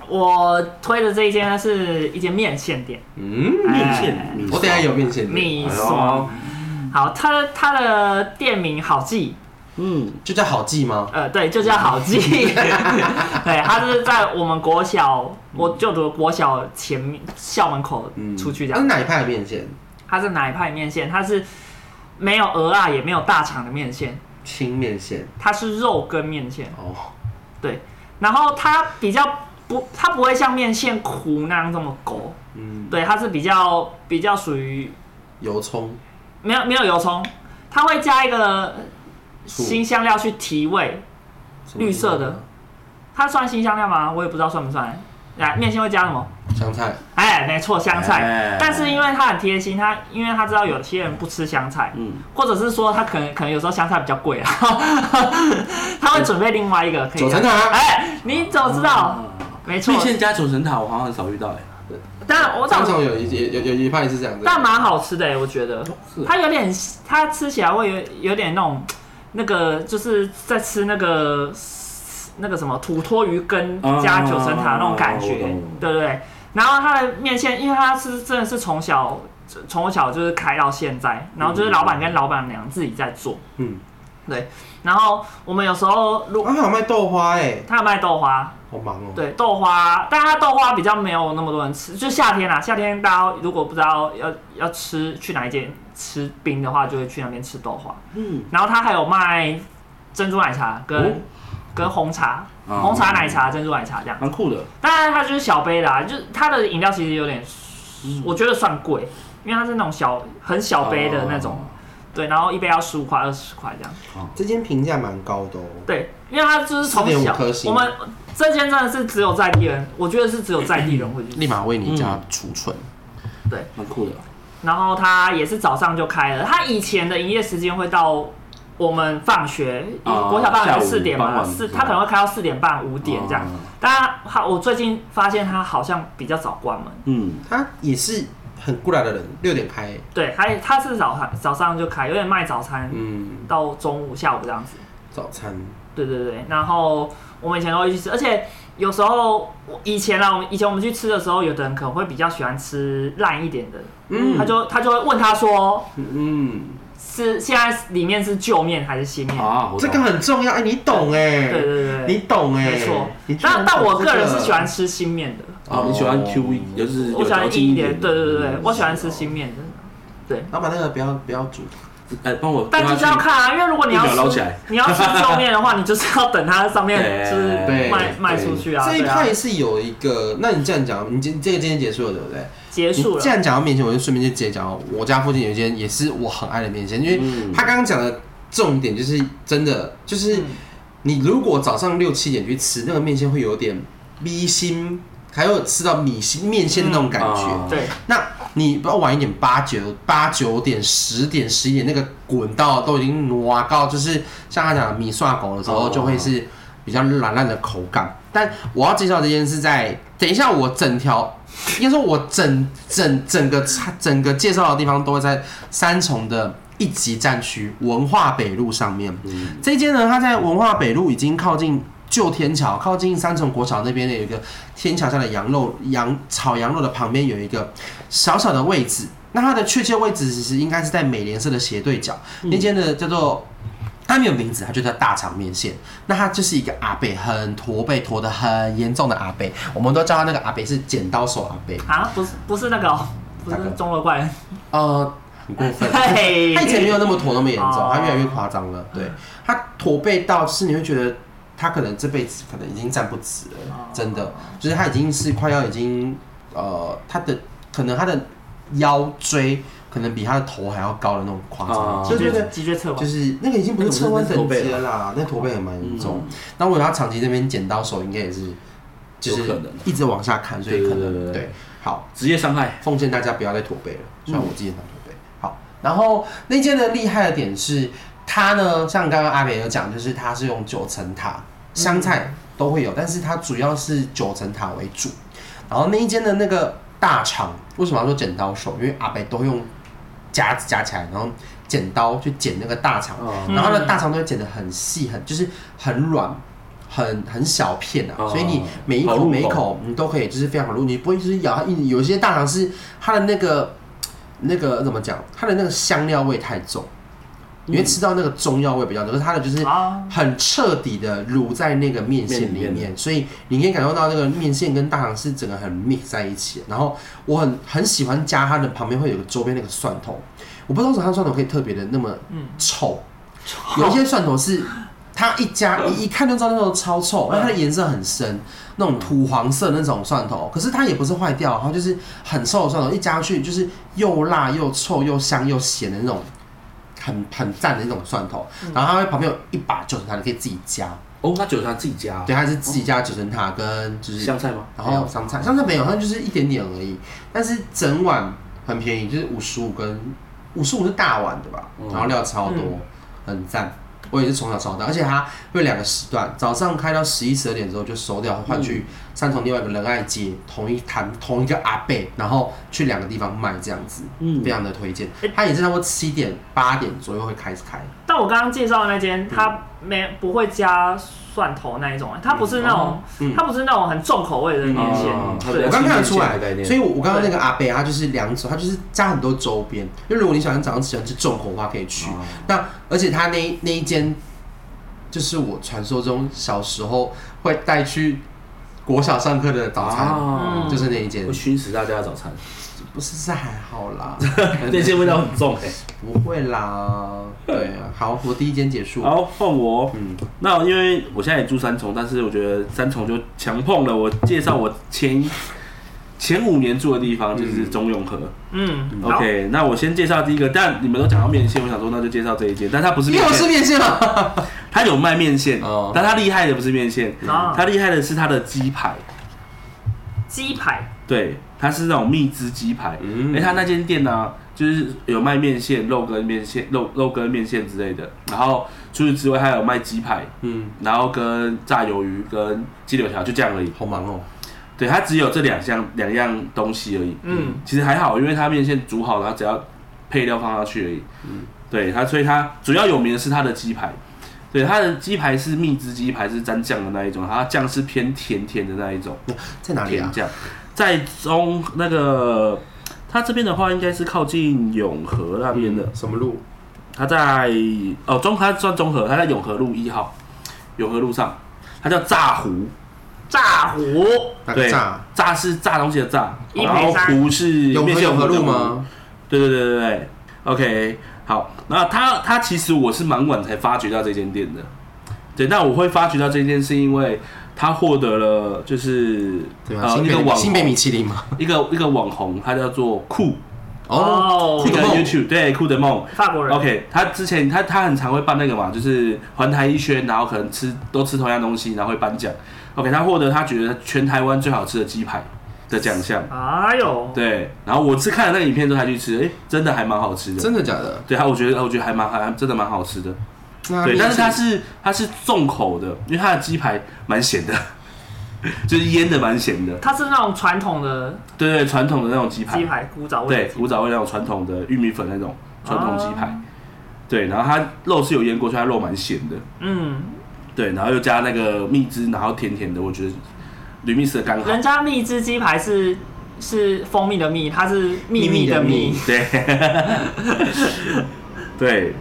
Speaker 3: 我推的这一间呢是一间面线店，
Speaker 1: 嗯，
Speaker 2: 面
Speaker 3: 哎
Speaker 2: 线，米
Speaker 1: 我等一下有面线的，
Speaker 3: 米
Speaker 2: 哎呦
Speaker 3: 索。好，它它的店名好记，
Speaker 2: 嗯，
Speaker 1: 就叫好记吗？
Speaker 3: 呃，对，就叫好记。对，他就是在我们国小，我就读的国小前面校门口
Speaker 2: 嗯
Speaker 3: 出去这
Speaker 1: 哎那是
Speaker 3: 样。
Speaker 1: 哪一派的面线？
Speaker 3: 它是哪一派面线？它是没有鹅啊，也没有大肠的面线，
Speaker 1: 青面线
Speaker 3: 它是肉跟面线。
Speaker 1: 哦，
Speaker 3: 对，然后它比较不，它不会像面线糊那样这么勾。
Speaker 1: 嗯，
Speaker 3: 对，它是比较比较属于
Speaker 1: 油葱
Speaker 3: 没有没有油葱，它会加一个
Speaker 1: 醋
Speaker 3: 新香料去提味，
Speaker 1: 什么
Speaker 3: 绿色的它算新香料吗？我也不知道算不算。来，面线会加什么？
Speaker 1: 香菜，
Speaker 3: 哎，没错，香菜。
Speaker 2: 哎
Speaker 3: 但是因为他很贴心，他因为他知道有些人不吃香菜，
Speaker 2: 嗯，
Speaker 3: 或者是说他可能可能有时候香菜比较贵啊， 他会准备另外一个可以。
Speaker 1: 九层塔，
Speaker 3: 哎，你怎么知
Speaker 2: 嗯
Speaker 3: 道？没啊错
Speaker 2: 面，线加九层塔，我好像很少遇到哎。
Speaker 3: 当然我
Speaker 1: 当
Speaker 3: 找，
Speaker 1: 场有一有有有一派是这样子，
Speaker 3: 但蛮好吃的、欸我觉得
Speaker 2: 是啊
Speaker 3: 它有点，它吃起来会有有点那种那个就是在吃那个那个什么土托鱼羹加九层塔那种感
Speaker 2: 哦
Speaker 3: 觉
Speaker 2: 啊我懂我懂，
Speaker 3: 对不对？然后它的面线，因为它是真的是从小从小就是开到现在，然后就是老板跟老板娘自己在做，
Speaker 1: 嗯，
Speaker 3: 对。然后我们有时候如
Speaker 1: 啊，还有卖豆花哎，
Speaker 3: 他有卖豆花，
Speaker 1: 好忙哦。
Speaker 3: 对豆花，但它豆花比较没有那么多人吃，就夏天啦。啊夏天大家如果不知道要要吃去哪一间吃冰的话，就会去那边吃豆花。
Speaker 2: 嗯，
Speaker 3: 然后它还有卖珍珠奶茶跟、
Speaker 2: 哦
Speaker 3: 跟红茶，
Speaker 1: 啊
Speaker 2: 哦
Speaker 3: 红茶奶茶、珍珠奶茶这样。
Speaker 2: 蛮酷的。
Speaker 3: 当然它就是小杯啦，就是它的饮料其实有点，
Speaker 1: 嗯
Speaker 3: 我觉得算贵，因为它是那种小很小杯的那
Speaker 1: 哦
Speaker 2: 哦
Speaker 3: 种，对，然后一杯要十五块、二十块这样。
Speaker 1: 这间评价蛮高的哦，
Speaker 3: 对，因为它就是从
Speaker 1: 4.5
Speaker 3: 小
Speaker 1: 颗，星
Speaker 3: 我们这间真的是只有在地人，我觉得是只有在地人会去吃
Speaker 1: 立马为你
Speaker 3: 嗯
Speaker 1: 家储存。
Speaker 2: 蛮酷的。
Speaker 3: 然后它也是早上就开了，它以前的营业时间会到我们放学，
Speaker 2: 哦
Speaker 3: 国小放
Speaker 2: 下
Speaker 3: 学
Speaker 2: 午
Speaker 3: 四点
Speaker 2: 傍
Speaker 3: 嘛，
Speaker 2: 晚
Speaker 3: 四
Speaker 2: 是吧
Speaker 3: 他可能会开到四点半五点这样
Speaker 2: 哦。
Speaker 3: 但他他我最近发现他好像比较早关门，
Speaker 2: 嗯，
Speaker 1: 他也是很过来的人，六点开，
Speaker 3: 对，他他是早上早上就开，有点卖早餐
Speaker 1: 嗯，
Speaker 3: 到中午下午这样子。
Speaker 1: 早餐，
Speaker 3: 对对对，然后我们以前都会去吃，而且有时候我以前啊，我们以前我们去吃的时候，有的人可能会比较喜欢吃烂一点的，
Speaker 1: 嗯
Speaker 3: 他就他就会问他说
Speaker 1: 嗯，
Speaker 3: 是现在里面是旧面还是新面？
Speaker 2: 啊，我
Speaker 1: 这
Speaker 2: 懂
Speaker 1: 个很重要，哎，你懂哎，
Speaker 3: 对对
Speaker 1: 你
Speaker 3: 对，
Speaker 1: 懂哎，
Speaker 3: 没错
Speaker 1: 你。居然
Speaker 3: 但
Speaker 1: 懂
Speaker 3: 但我
Speaker 1: 这
Speaker 3: 个人是喜欢吃新面的，
Speaker 2: 哦，你喜欢 Q 一，就是
Speaker 3: 我
Speaker 2: 有
Speaker 3: 喜欢
Speaker 2: 嚼
Speaker 3: 硬
Speaker 2: 劲
Speaker 3: 一
Speaker 2: 点
Speaker 3: 点，
Speaker 2: 的，
Speaker 3: 对对对
Speaker 2: 嗯，
Speaker 3: 我喜欢吃新面的。对，
Speaker 1: 老板那个不要不要煮，
Speaker 2: 哎，帮我，
Speaker 3: 但就是要看啊，因为如果你要
Speaker 2: 一秒捞起
Speaker 3: 吃
Speaker 2: 来
Speaker 3: 你要吃旧面的话，你就是要等它上面就是
Speaker 1: 对
Speaker 3: 卖
Speaker 1: 对
Speaker 3: 卖出去啊，
Speaker 1: 这一
Speaker 3: 对啊
Speaker 1: 派，是有一个，那你这样讲，你今这个今天结束了对不对？
Speaker 3: 结束
Speaker 1: 你
Speaker 3: 了
Speaker 1: 既。然讲到面线，我就顺便就直接讲，我家附近有一间也是我很爱的面线，因为
Speaker 2: 嗯
Speaker 1: 他刚刚讲的重点就是真的，就是
Speaker 3: 嗯
Speaker 1: 你如果早上六七点去吃那个面线，会有点逼心，还有吃到米心面线的那种感觉。
Speaker 2: 嗯啊
Speaker 3: 对，
Speaker 1: 那你不要晚一点，八九八九点、十点、十一点，那个滚到都已经挪到，就是像他讲的米刷狗的时候，
Speaker 2: 哦
Speaker 1: 就会是比较软烂的口感。但我要介绍这件事在等一下，我整条应该说我整整整个整个介绍的地方都会在三重的一级战区文化北路上面。
Speaker 2: 嗯
Speaker 1: 这间呢，它在文化北路已经靠近旧天桥，靠近三重国小那边的有一个天桥下的羊肉羊炒羊肉的旁边有一个小小的位置。那它的确切位置其实应该是在美联社的斜对角，那间的叫做。它没有名字，它就叫大肠面线。那它就是一个阿北，很驼背，驼的很严重的阿北。我们都叫他那个阿北是剪刀手阿北。
Speaker 3: 啊，不是不是那个、哦，不
Speaker 1: 哪
Speaker 3: 是
Speaker 1: 个
Speaker 3: 中国怪人，
Speaker 1: 呃，很过分。
Speaker 3: 嘿
Speaker 1: 他以前没有那么驼那么严重
Speaker 3: 哦，
Speaker 1: 他越来越夸张了。对他驼背到是你会觉得他可能这辈子可能已经站不直了
Speaker 3: 哦，
Speaker 1: 真的，就是他已经是快要已经呃他的可能他的腰椎可能比他的头还要高的那种夸张，
Speaker 2: 哦
Speaker 1: 对对对。
Speaker 3: 脊椎侧弯
Speaker 1: 就，是那个已经不是侧弯等级
Speaker 2: 那个不是
Speaker 1: 了啦，那驼背也蛮严重。那我觉得他长期这边剪刀手应该也是，就
Speaker 2: 有
Speaker 1: 是
Speaker 2: 可能
Speaker 1: 一直往下看，所以可
Speaker 2: 对对对
Speaker 1: 能
Speaker 2: 对对
Speaker 1: 对。好，
Speaker 2: 职业伤害，
Speaker 1: 奉劝大家不要再驼背了，虽然我自己也常驼背。好，然后那间的厉害的点是，它呢，像刚刚阿美有讲，就是它是用九层塔，香菜都会有，但是它主要是九层塔为主。然后那一间的那个大肠，为什么要说剪刀手？因为阿北都会用夹子夹起来，然后剪刀去剪那个大肠，
Speaker 2: 哦
Speaker 1: 然后呢，大肠都会剪得很细，很就是很软。很很小片啊，
Speaker 2: 哦
Speaker 1: 所以你每一
Speaker 2: 好
Speaker 1: 口
Speaker 2: 入口
Speaker 1: 每一口你都可以就是非常好入，你不会就是咬它硬。有些大肠是它的那个那个怎么讲，它的那个香料味太重，你会吃到那个中药味比较重，可是它的就是
Speaker 3: 啊，
Speaker 1: 很彻底的卤在那个面线里
Speaker 2: 面里
Speaker 1: 面，所以你可以感受到那个面线跟大肠是整个很 mix 在一起的。然后我很很喜欢加它的旁边会有个周边那个蒜头，我不知道为什么它的蒜头可以特别的那么
Speaker 3: 嗯
Speaker 1: 臭， 有一些蒜头是它一加一一看就知道那种超臭，然后它的颜色很深，那种土黄色那种蒜头，可是它也不是坏掉，然后就是很臭的蒜头，一加去就是又辣又臭又香又咸的那种。很很赞的那种蒜头，然后它会旁边有一把九层塔，你可以自己加。
Speaker 2: 哦，他酒他自己加，
Speaker 1: 对，它是自己加九层塔跟就是，
Speaker 2: 香菜吗？
Speaker 1: 然后香菜，香菜没有，它就是一点点而已。但是整碗很便宜，就是五十五跟五十五是大碗的吧，
Speaker 2: 嗯
Speaker 1: 然后料超多，很赞。我也是从小吃到大，而且它会两个时段，早上开到十一十二点之后就收掉，换
Speaker 2: 嗯
Speaker 1: 去三重另外一个仁爱街同一摊同一个阿贝，然后去两个地方卖这样子，
Speaker 2: 嗯
Speaker 1: 非常的推荐。它也是差不多七点八点左右会开始开，
Speaker 3: 但我刚刚介绍的那
Speaker 2: 嗯
Speaker 3: 间，它没不会加蒜头那一种，欸它不是那种，
Speaker 2: 哦
Speaker 1: 嗯
Speaker 3: 它不是那种很重口味的
Speaker 1: 啊
Speaker 3: 面线，
Speaker 2: 嗯
Speaker 3: 对
Speaker 1: 我刚看得出来
Speaker 2: 概，念
Speaker 1: 所以我我刚刚那个阿贝他就是两种，他就是加很多周边。就如果你想早上喜欢吃重口的话，可以去。
Speaker 2: 哦
Speaker 1: 啊那而且他那那一间，就是我传说中小时候会带去国小上课的早餐，
Speaker 2: 啊
Speaker 3: 嗯
Speaker 1: 就是那一间
Speaker 2: 会。熏死大家的早 餐，
Speaker 1: 不是是还好啦，
Speaker 2: 那些味道很重哎。
Speaker 1: 不会啦。对啊，好，我第一间结束。
Speaker 2: 好，换我。哦
Speaker 1: 嗯，
Speaker 2: 那因为我现在也住三重，但是我觉得三重就强碰了。我介绍我前前五年住的地方就是中永和。
Speaker 3: 嗯，好
Speaker 2: OK，那我先介绍第一个，但你们都讲到面线，我想说那就介绍这一间，但它不是
Speaker 1: 因
Speaker 2: 面
Speaker 1: 为我是
Speaker 2: 线，
Speaker 1: 面线吗？
Speaker 2: 它有卖面线
Speaker 1: 哦，嗯
Speaker 2: 但它厉害的不是面线，
Speaker 3: 啊
Speaker 2: 它厉害的是它的鸡排。
Speaker 3: 鸡排，
Speaker 2: 对，它是那种蜜汁鸡排。
Speaker 1: 嗯
Speaker 2: 哎、它那间店呢、就是有卖面线、肉跟面线、肉肉跟面线之类的。然后除此之外，还有卖鸡排，
Speaker 1: 嗯，
Speaker 2: 然后跟炸鱿鱼、跟鸡柳条，就这样而已。
Speaker 1: 好忙哦，
Speaker 2: 对，它只有这两项两样东西而已。
Speaker 3: 嗯，
Speaker 2: 其实还好，因为它面线煮好，然后只要配料放上去而已。嗯对它，所以它主要有名的是它的鸡排。对，它的鸡排是蜜汁鸡排，是沾酱的那一种，它酱是偏甜甜的那一种
Speaker 1: 在哪里
Speaker 2: 甜
Speaker 1: 啊？
Speaker 2: 酱，在中那个它这边的话，应该是靠近永和那边的，
Speaker 1: 什么路？
Speaker 2: 它在哦中它算中和，它在永和路一号，永和路上，它叫炸糊，
Speaker 3: 炸糊
Speaker 1: 哪个
Speaker 2: 对
Speaker 1: 炸？，
Speaker 2: 炸是炸东西的炸，
Speaker 3: 一
Speaker 2: 然
Speaker 3: 赔
Speaker 2: 后
Speaker 3: 三
Speaker 2: 糊是
Speaker 1: 永和
Speaker 2: 面线
Speaker 1: 永和
Speaker 2: 糊的
Speaker 1: 路
Speaker 2: 糊
Speaker 1: 吗？
Speaker 2: 对对对对对，OK，好，那他他其实我是蛮晚才发掘到这间店的，对，那我会发掘到这间是因为他获得了就是
Speaker 1: 对啊，
Speaker 2: 呃
Speaker 1: 新
Speaker 2: 一个
Speaker 1: 北
Speaker 2: 网
Speaker 1: 新北
Speaker 2: 红
Speaker 1: 米其林吗？
Speaker 2: 一个一个网红，他叫做酷，
Speaker 1: 哦，
Speaker 3: 哦
Speaker 1: 酷
Speaker 2: 一
Speaker 1: 的
Speaker 2: 个
Speaker 1: 梦
Speaker 2: YouTube 对酷的梦。
Speaker 3: 法国人
Speaker 2: OK，他之前他他很常会办那个嘛，就是环台一圈，然后可能吃都吃同样东西，然后会颁奖。OK，他获得他觉得全台湾最好吃的鸡排的奖项。
Speaker 3: 哎呦，
Speaker 2: 对，然后我是看了那个影片之后才去吃，哎、真的还蛮好吃的。
Speaker 1: 真的假的？
Speaker 2: 对它，我觉得我觉得还蛮还真的蛮好吃的。
Speaker 1: 那
Speaker 2: 对，
Speaker 1: 米
Speaker 2: 但是
Speaker 1: 其
Speaker 2: 它是它是重口的，因为它的鸡排蛮咸的， 就是腌的蛮咸的。
Speaker 3: 它是那种传统的
Speaker 2: 对对，传统的那种
Speaker 3: 鸡
Speaker 2: 鸡排，
Speaker 3: 排，古早味
Speaker 2: 对，
Speaker 3: 的鸡
Speaker 2: 古早味那种传统的玉米粉那种传统鸡排
Speaker 3: 哦。
Speaker 2: 对，然后它肉是有腌过，所以它肉蛮咸的。
Speaker 3: 嗯，
Speaker 2: 对，然后又加那个蜜汁，然后甜甜的，我觉得吕蜜丝的刚好。
Speaker 3: 人家蜜汁鸡排是是蜂蜜的蜜，它是秘密的
Speaker 1: 秘密的
Speaker 3: 密
Speaker 1: 密。
Speaker 2: 对， 对，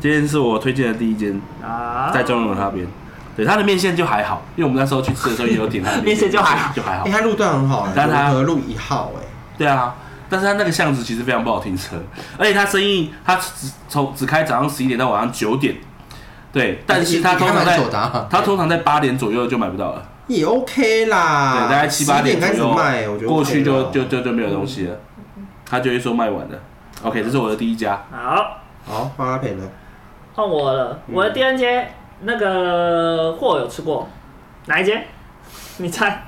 Speaker 2: 这间是我推荐的第一间。
Speaker 3: 啊
Speaker 2: 在中永那边。对，它的面线就还好，因为我们那时候去吃的时候也有点它的
Speaker 3: 面线就还好
Speaker 2: 就还好
Speaker 1: 哎，。它路段很好哎，
Speaker 2: 但它
Speaker 1: 永和路一号哎，
Speaker 2: 对啊，但是它那个巷子其实非常不好停车，而且它生意它只从只开早上十一点到晚上九点，对，但是它
Speaker 1: 你
Speaker 2: 通
Speaker 1: 你还
Speaker 2: 常
Speaker 1: 蛮
Speaker 2: 在
Speaker 1: 久的啊
Speaker 2: 它通常在八点左右就买不到了，
Speaker 1: 也 OK
Speaker 2: 对，
Speaker 1: 啦，
Speaker 2: 大概七八
Speaker 1: 啊10点
Speaker 2: 左
Speaker 1: 开始
Speaker 2: 右
Speaker 1: 卖，我觉得
Speaker 2: 过去
Speaker 1: OK
Speaker 2: 就
Speaker 1: 啦
Speaker 2: 就就就没有东西了，他就会说卖完了。OK，这是我的第一家，
Speaker 3: 好，
Speaker 1: 好，花阿培呢？
Speaker 3: 换我了。
Speaker 2: 嗯
Speaker 3: 我的第二间那个货有吃过，哪一间？你猜？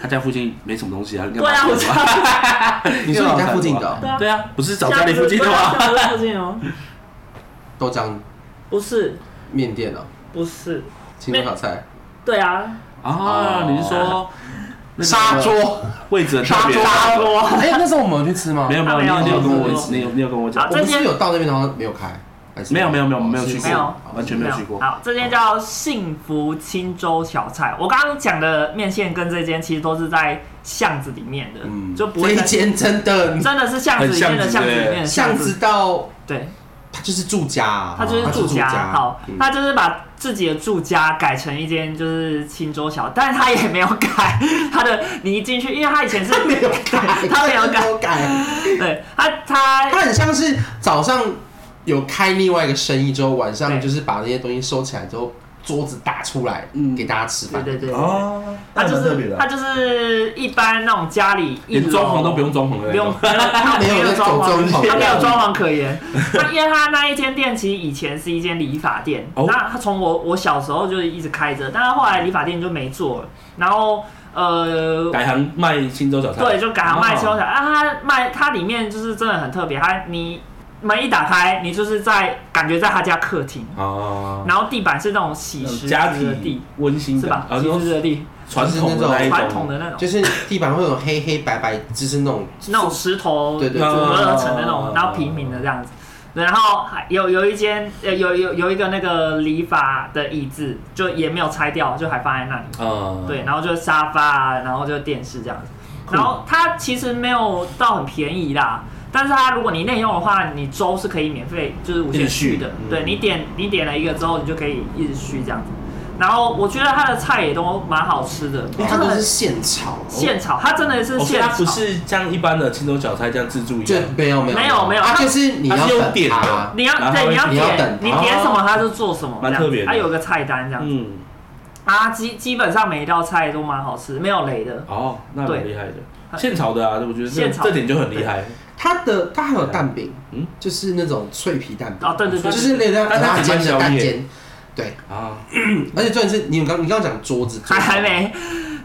Speaker 2: 他家附近没什么东西啊，应该
Speaker 3: 对啊，
Speaker 2: 蛮
Speaker 3: 我
Speaker 2: 多的
Speaker 3: 知
Speaker 2: 吧
Speaker 3: 道。
Speaker 1: 你说你家附近的哦
Speaker 3: 对啊
Speaker 2: 对啊，不是找家里附近的
Speaker 3: 对啊
Speaker 2: 吗？
Speaker 3: 对啊附近哦，
Speaker 1: 豆浆
Speaker 3: 不是，
Speaker 1: 面店哦，
Speaker 3: 不是，
Speaker 1: 青州小菜，
Speaker 3: 对啊，
Speaker 2: 啊，你是说那个
Speaker 1: 沙桌，
Speaker 2: 位置很特别？
Speaker 3: 沙锅。
Speaker 1: 哎，那时候我们有去吃吗？
Speaker 2: 没有没有，你有你有跟我你有你有跟我
Speaker 3: 啊
Speaker 2: 讲
Speaker 1: 我，
Speaker 3: 这
Speaker 1: 们是
Speaker 3: 间
Speaker 1: 不是有到那边，然后没有开，还是哦
Speaker 2: 没有没有没有没有
Speaker 1: 是
Speaker 2: 去
Speaker 1: 是
Speaker 2: 过，
Speaker 3: 没有
Speaker 2: 完全没有去过。
Speaker 3: 好，这间叫幸福青州小菜。我刚刚讲的面线跟这间其实都是在巷子里面的，
Speaker 1: 嗯，
Speaker 3: 就不
Speaker 1: 这
Speaker 3: 会
Speaker 1: 一
Speaker 3: 在
Speaker 1: 间真的
Speaker 3: 真的是巷子里面的
Speaker 2: 很
Speaker 3: 巷
Speaker 2: 巷
Speaker 3: 子
Speaker 2: 子
Speaker 3: 里面的
Speaker 1: 巷子，到
Speaker 3: 对，
Speaker 1: 它就是住家啊，
Speaker 3: 它就是住家。好，
Speaker 1: 嗯
Speaker 3: 他就是把自己的住家改成一间就是青州小，但是他也没有改他的，你一进去，因为他以前是
Speaker 1: 没有改，
Speaker 3: 他没有
Speaker 1: 真的
Speaker 3: 改，
Speaker 1: 改，
Speaker 3: 对他他
Speaker 1: 它很像是早上有开另外一个生意之后，晚上
Speaker 3: 对
Speaker 1: 就是把那些东西收起来之后，桌子打出来
Speaker 2: 嗯
Speaker 1: 给大家吃
Speaker 3: 对
Speaker 1: 饭。
Speaker 3: 对对，
Speaker 2: 哦，
Speaker 3: 他就是他就是一般那种家里一
Speaker 2: 连装
Speaker 3: 楼
Speaker 2: 潢都不用装潢了，
Speaker 3: 不用，他
Speaker 1: 没有在
Speaker 3: 装
Speaker 1: 走
Speaker 3: 潢，
Speaker 1: 中
Speaker 3: 他
Speaker 1: 途
Speaker 3: 没有装潢可言。那因为他那一间店其实以前是一间理发店，
Speaker 2: 哦
Speaker 3: 那他从我我小时候就一直开着，但是后来理发店就没做了，然后呃。
Speaker 2: 改行卖青州小菜。
Speaker 3: 对，就改行卖修
Speaker 2: 菜。
Speaker 3: 小啊，它卖它里面就是真的很特别，它你门一打开，你就是在感觉在他家客厅，
Speaker 2: 哦，
Speaker 3: 然后地板是那种洗石子
Speaker 2: 家
Speaker 3: 的
Speaker 2: 庭
Speaker 3: 地，
Speaker 2: 温馨
Speaker 3: 是吧？
Speaker 1: 啊
Speaker 2: 然
Speaker 3: 洗
Speaker 2: 后
Speaker 3: 石子的地，
Speaker 2: 传统的那一
Speaker 3: 传统
Speaker 2: 种，
Speaker 3: 的那种，
Speaker 1: 哎就是地板会有黑黑白白，就是那种
Speaker 3: 那种石头
Speaker 1: 对对对
Speaker 3: 组合而成的那种，然后平民的这样子。然后还有有一间呃有有有一个那个理发的椅子，就也没有拆掉，就还放在那里。
Speaker 2: 嗯，
Speaker 3: 对，然后就是沙发啊，然后就是电视这样子。然后它其实没有到很便宜啦，但是它如果你内用的话，你粥是可以免费，就是无限续的。
Speaker 1: 嗯
Speaker 3: 对你点你点了一个之后，你就可以一直续这样子。然后我觉得它的菜也都蛮好吃的，
Speaker 1: 哦因为它
Speaker 3: 真
Speaker 1: 都
Speaker 3: 的
Speaker 1: 是现炒，
Speaker 3: 哦现炒，它真的是
Speaker 2: 哦，所以
Speaker 3: 现
Speaker 2: 它
Speaker 3: 炒，
Speaker 2: 不是像一般的青州小菜这样自助一
Speaker 1: 就
Speaker 2: 样。
Speaker 1: 没有没有
Speaker 3: 没有没有
Speaker 1: 它
Speaker 3: 它
Speaker 1: 就是你要
Speaker 2: 它是用
Speaker 1: 等
Speaker 2: 点的
Speaker 1: 它
Speaker 3: 你要
Speaker 2: 然后
Speaker 3: 对，你要
Speaker 1: 你要等
Speaker 3: 点，你点什么他就做什么，
Speaker 2: 蛮
Speaker 3: 这样
Speaker 2: 特别的
Speaker 3: 它有个菜单这样子，
Speaker 2: 嗯，
Speaker 3: 啊，基基本上每一道菜都蛮好吃，没有雷的。
Speaker 2: 哦，那
Speaker 3: 对
Speaker 2: 蛮厉害的，现炒的啊，我觉得这
Speaker 3: 现炒
Speaker 2: 这点就很厉害。
Speaker 1: 它的它还有蛋饼，
Speaker 2: 嗯
Speaker 1: 就是那种脆皮蛋饼，
Speaker 3: 哦，对对对，
Speaker 1: 就是那个
Speaker 2: 但
Speaker 1: 辣
Speaker 2: 它只
Speaker 1: 煎
Speaker 2: 卖
Speaker 1: 的
Speaker 2: 宵
Speaker 1: 蛋
Speaker 2: 夜
Speaker 1: 煎，
Speaker 2: 啊，
Speaker 1: 而且重点是你刚你刚刚讲桌子，
Speaker 3: 还还没，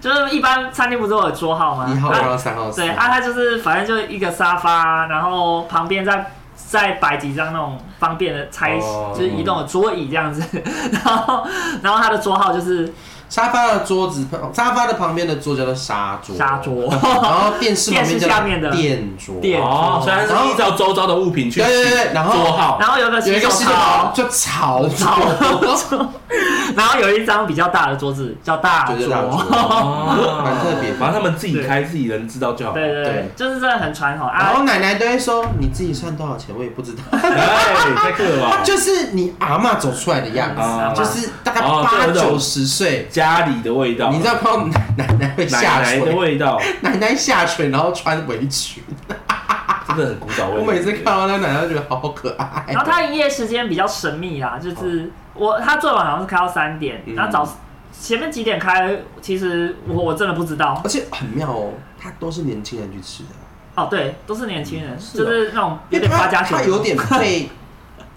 Speaker 3: 就是一般餐厅不是都有桌号吗？
Speaker 1: 一号、
Speaker 3: 啊
Speaker 1: 二号、三号、四
Speaker 3: 对啊，
Speaker 1: 号，
Speaker 3: 它就是反正就一个沙发，然后旁边再再摆几张那种方便的拆，
Speaker 1: 哦
Speaker 3: 就是移动的桌椅这样子。 然后，然后它的桌号就是
Speaker 1: 沙发的桌子，沙发的旁边的桌叫做沙桌，
Speaker 3: 沙，桌，
Speaker 1: 然后电视旁边叫
Speaker 3: 电视下面的
Speaker 1: 做电桌，
Speaker 3: 电
Speaker 2: 哦，所以它是依照周遭的物品去
Speaker 1: 对对对然后
Speaker 2: 做号
Speaker 3: 然后有一个
Speaker 1: 有
Speaker 3: 洗
Speaker 1: 一
Speaker 3: 手
Speaker 1: 个是
Speaker 3: 槽，
Speaker 1: 叫草
Speaker 3: 槽，然后有一张比较大的桌子叫大
Speaker 1: 就是大
Speaker 3: 桌。
Speaker 1: 桌。
Speaker 2: 哦
Speaker 1: 蛮特别的
Speaker 2: 反正他们自己开自己人知道就好。哎
Speaker 3: 对对对
Speaker 1: 对，
Speaker 3: 就是真的很传统
Speaker 1: 然
Speaker 3: 啊。
Speaker 1: 后奶奶都会说：“你自己算多少钱，我也不知道。
Speaker 2: 哎，太酷了”吧！
Speaker 1: 就是你阿嬷走出来的样子，
Speaker 2: 啊
Speaker 1: 就是大概
Speaker 2: 哦这
Speaker 1: 八
Speaker 2: 有一种
Speaker 1: 九十岁，
Speaker 2: 家里的味道，
Speaker 1: 你知道看到奶奶会
Speaker 2: 奶
Speaker 1: 下
Speaker 2: 奶的
Speaker 1: 垂，
Speaker 2: 味道，
Speaker 1: 奶奶下垂，然后穿围裙。
Speaker 2: 真的很古早味。
Speaker 1: 我每次看到那奶奶都觉得好可爱
Speaker 3: 然。后它营业时间比较神秘啦，就是我它最晚好像是开到三点，
Speaker 1: 嗯
Speaker 3: 然后早前面几点开，其实我我真的不知道。
Speaker 1: 而且很妙哦，它都是年轻人去吃的，
Speaker 3: 哦，对，都是年轻人，
Speaker 1: 是
Speaker 3: 就
Speaker 1: 哦
Speaker 3: 是那种有点
Speaker 1: 它
Speaker 3: 八加九，
Speaker 1: 它有点被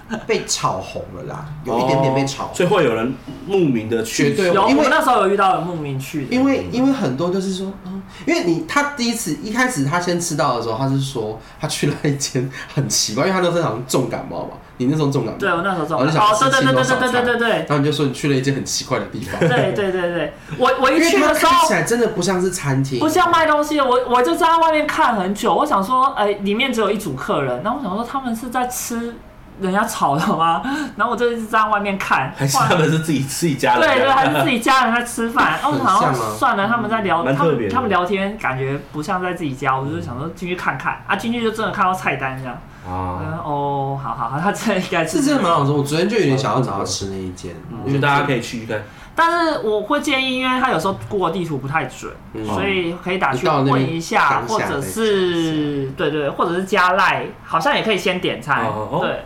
Speaker 1: 被炒红了啦，有一点点被炒
Speaker 2: 哦，所以会有人慕名的去。
Speaker 1: 绝对
Speaker 3: 有，我
Speaker 1: 因为
Speaker 3: 们那时候有遇到有慕名去的，
Speaker 1: 因为因为很多就是说，嗯因为你他第一次一开始他先吃到的时候，他是说他去了一间很奇怪，因为他那时候好像重感冒嘛，你那时候重感冒，
Speaker 3: 对我那时候
Speaker 1: 我
Speaker 3: 中
Speaker 1: 就想
Speaker 3: 哦，
Speaker 1: 吃
Speaker 3: 对对
Speaker 1: 青
Speaker 3: 对
Speaker 1: 龙
Speaker 3: 对
Speaker 1: 早
Speaker 3: 对
Speaker 1: 餐
Speaker 3: 对对对
Speaker 1: 然后你就说你去了一间很奇怪的地方，
Speaker 3: 对对对对，我我
Speaker 1: 因
Speaker 3: 一去
Speaker 1: 为它
Speaker 3: 的时
Speaker 1: 看起
Speaker 3: 候
Speaker 1: 来真的不像是餐厅，
Speaker 3: 不像卖东西的，我我就站在外面看很久，我想说，哎、里面只有一组客人，然后我想说他们是在吃人家炒的吗？ 然后我就一直站在外面看，
Speaker 2: 还是
Speaker 3: 后来
Speaker 2: 他们是自 己自己家的。
Speaker 3: 对 对，还是自己家人在吃饭。然后我想
Speaker 1: 很
Speaker 3: 说
Speaker 1: 像啊
Speaker 3: 算了，他们在聊，
Speaker 2: 嗯蛮
Speaker 3: 他
Speaker 2: 特别
Speaker 3: 们
Speaker 2: 的嗯
Speaker 3: 他们聊天感觉不像在自己家，我就想说进去看看啊，进去就真的看到菜单这样。嗯
Speaker 2: 啊，
Speaker 3: 哦，好好好，他这应该
Speaker 1: 是真的蛮好吃。我昨天就有点想要找他吃那一间，
Speaker 2: 嗯
Speaker 1: 因
Speaker 2: 我觉
Speaker 1: 为
Speaker 2: 得大家可以去看。
Speaker 3: 但是我会建议，因为他有时候 Google 地图不太准，
Speaker 1: 嗯
Speaker 3: 所以可以打去
Speaker 1: 你到那边
Speaker 3: 问一下，
Speaker 1: 看一下
Speaker 3: 或者是对对，或者是加赖，好像也可以先点餐，
Speaker 2: 哦哦
Speaker 3: 对，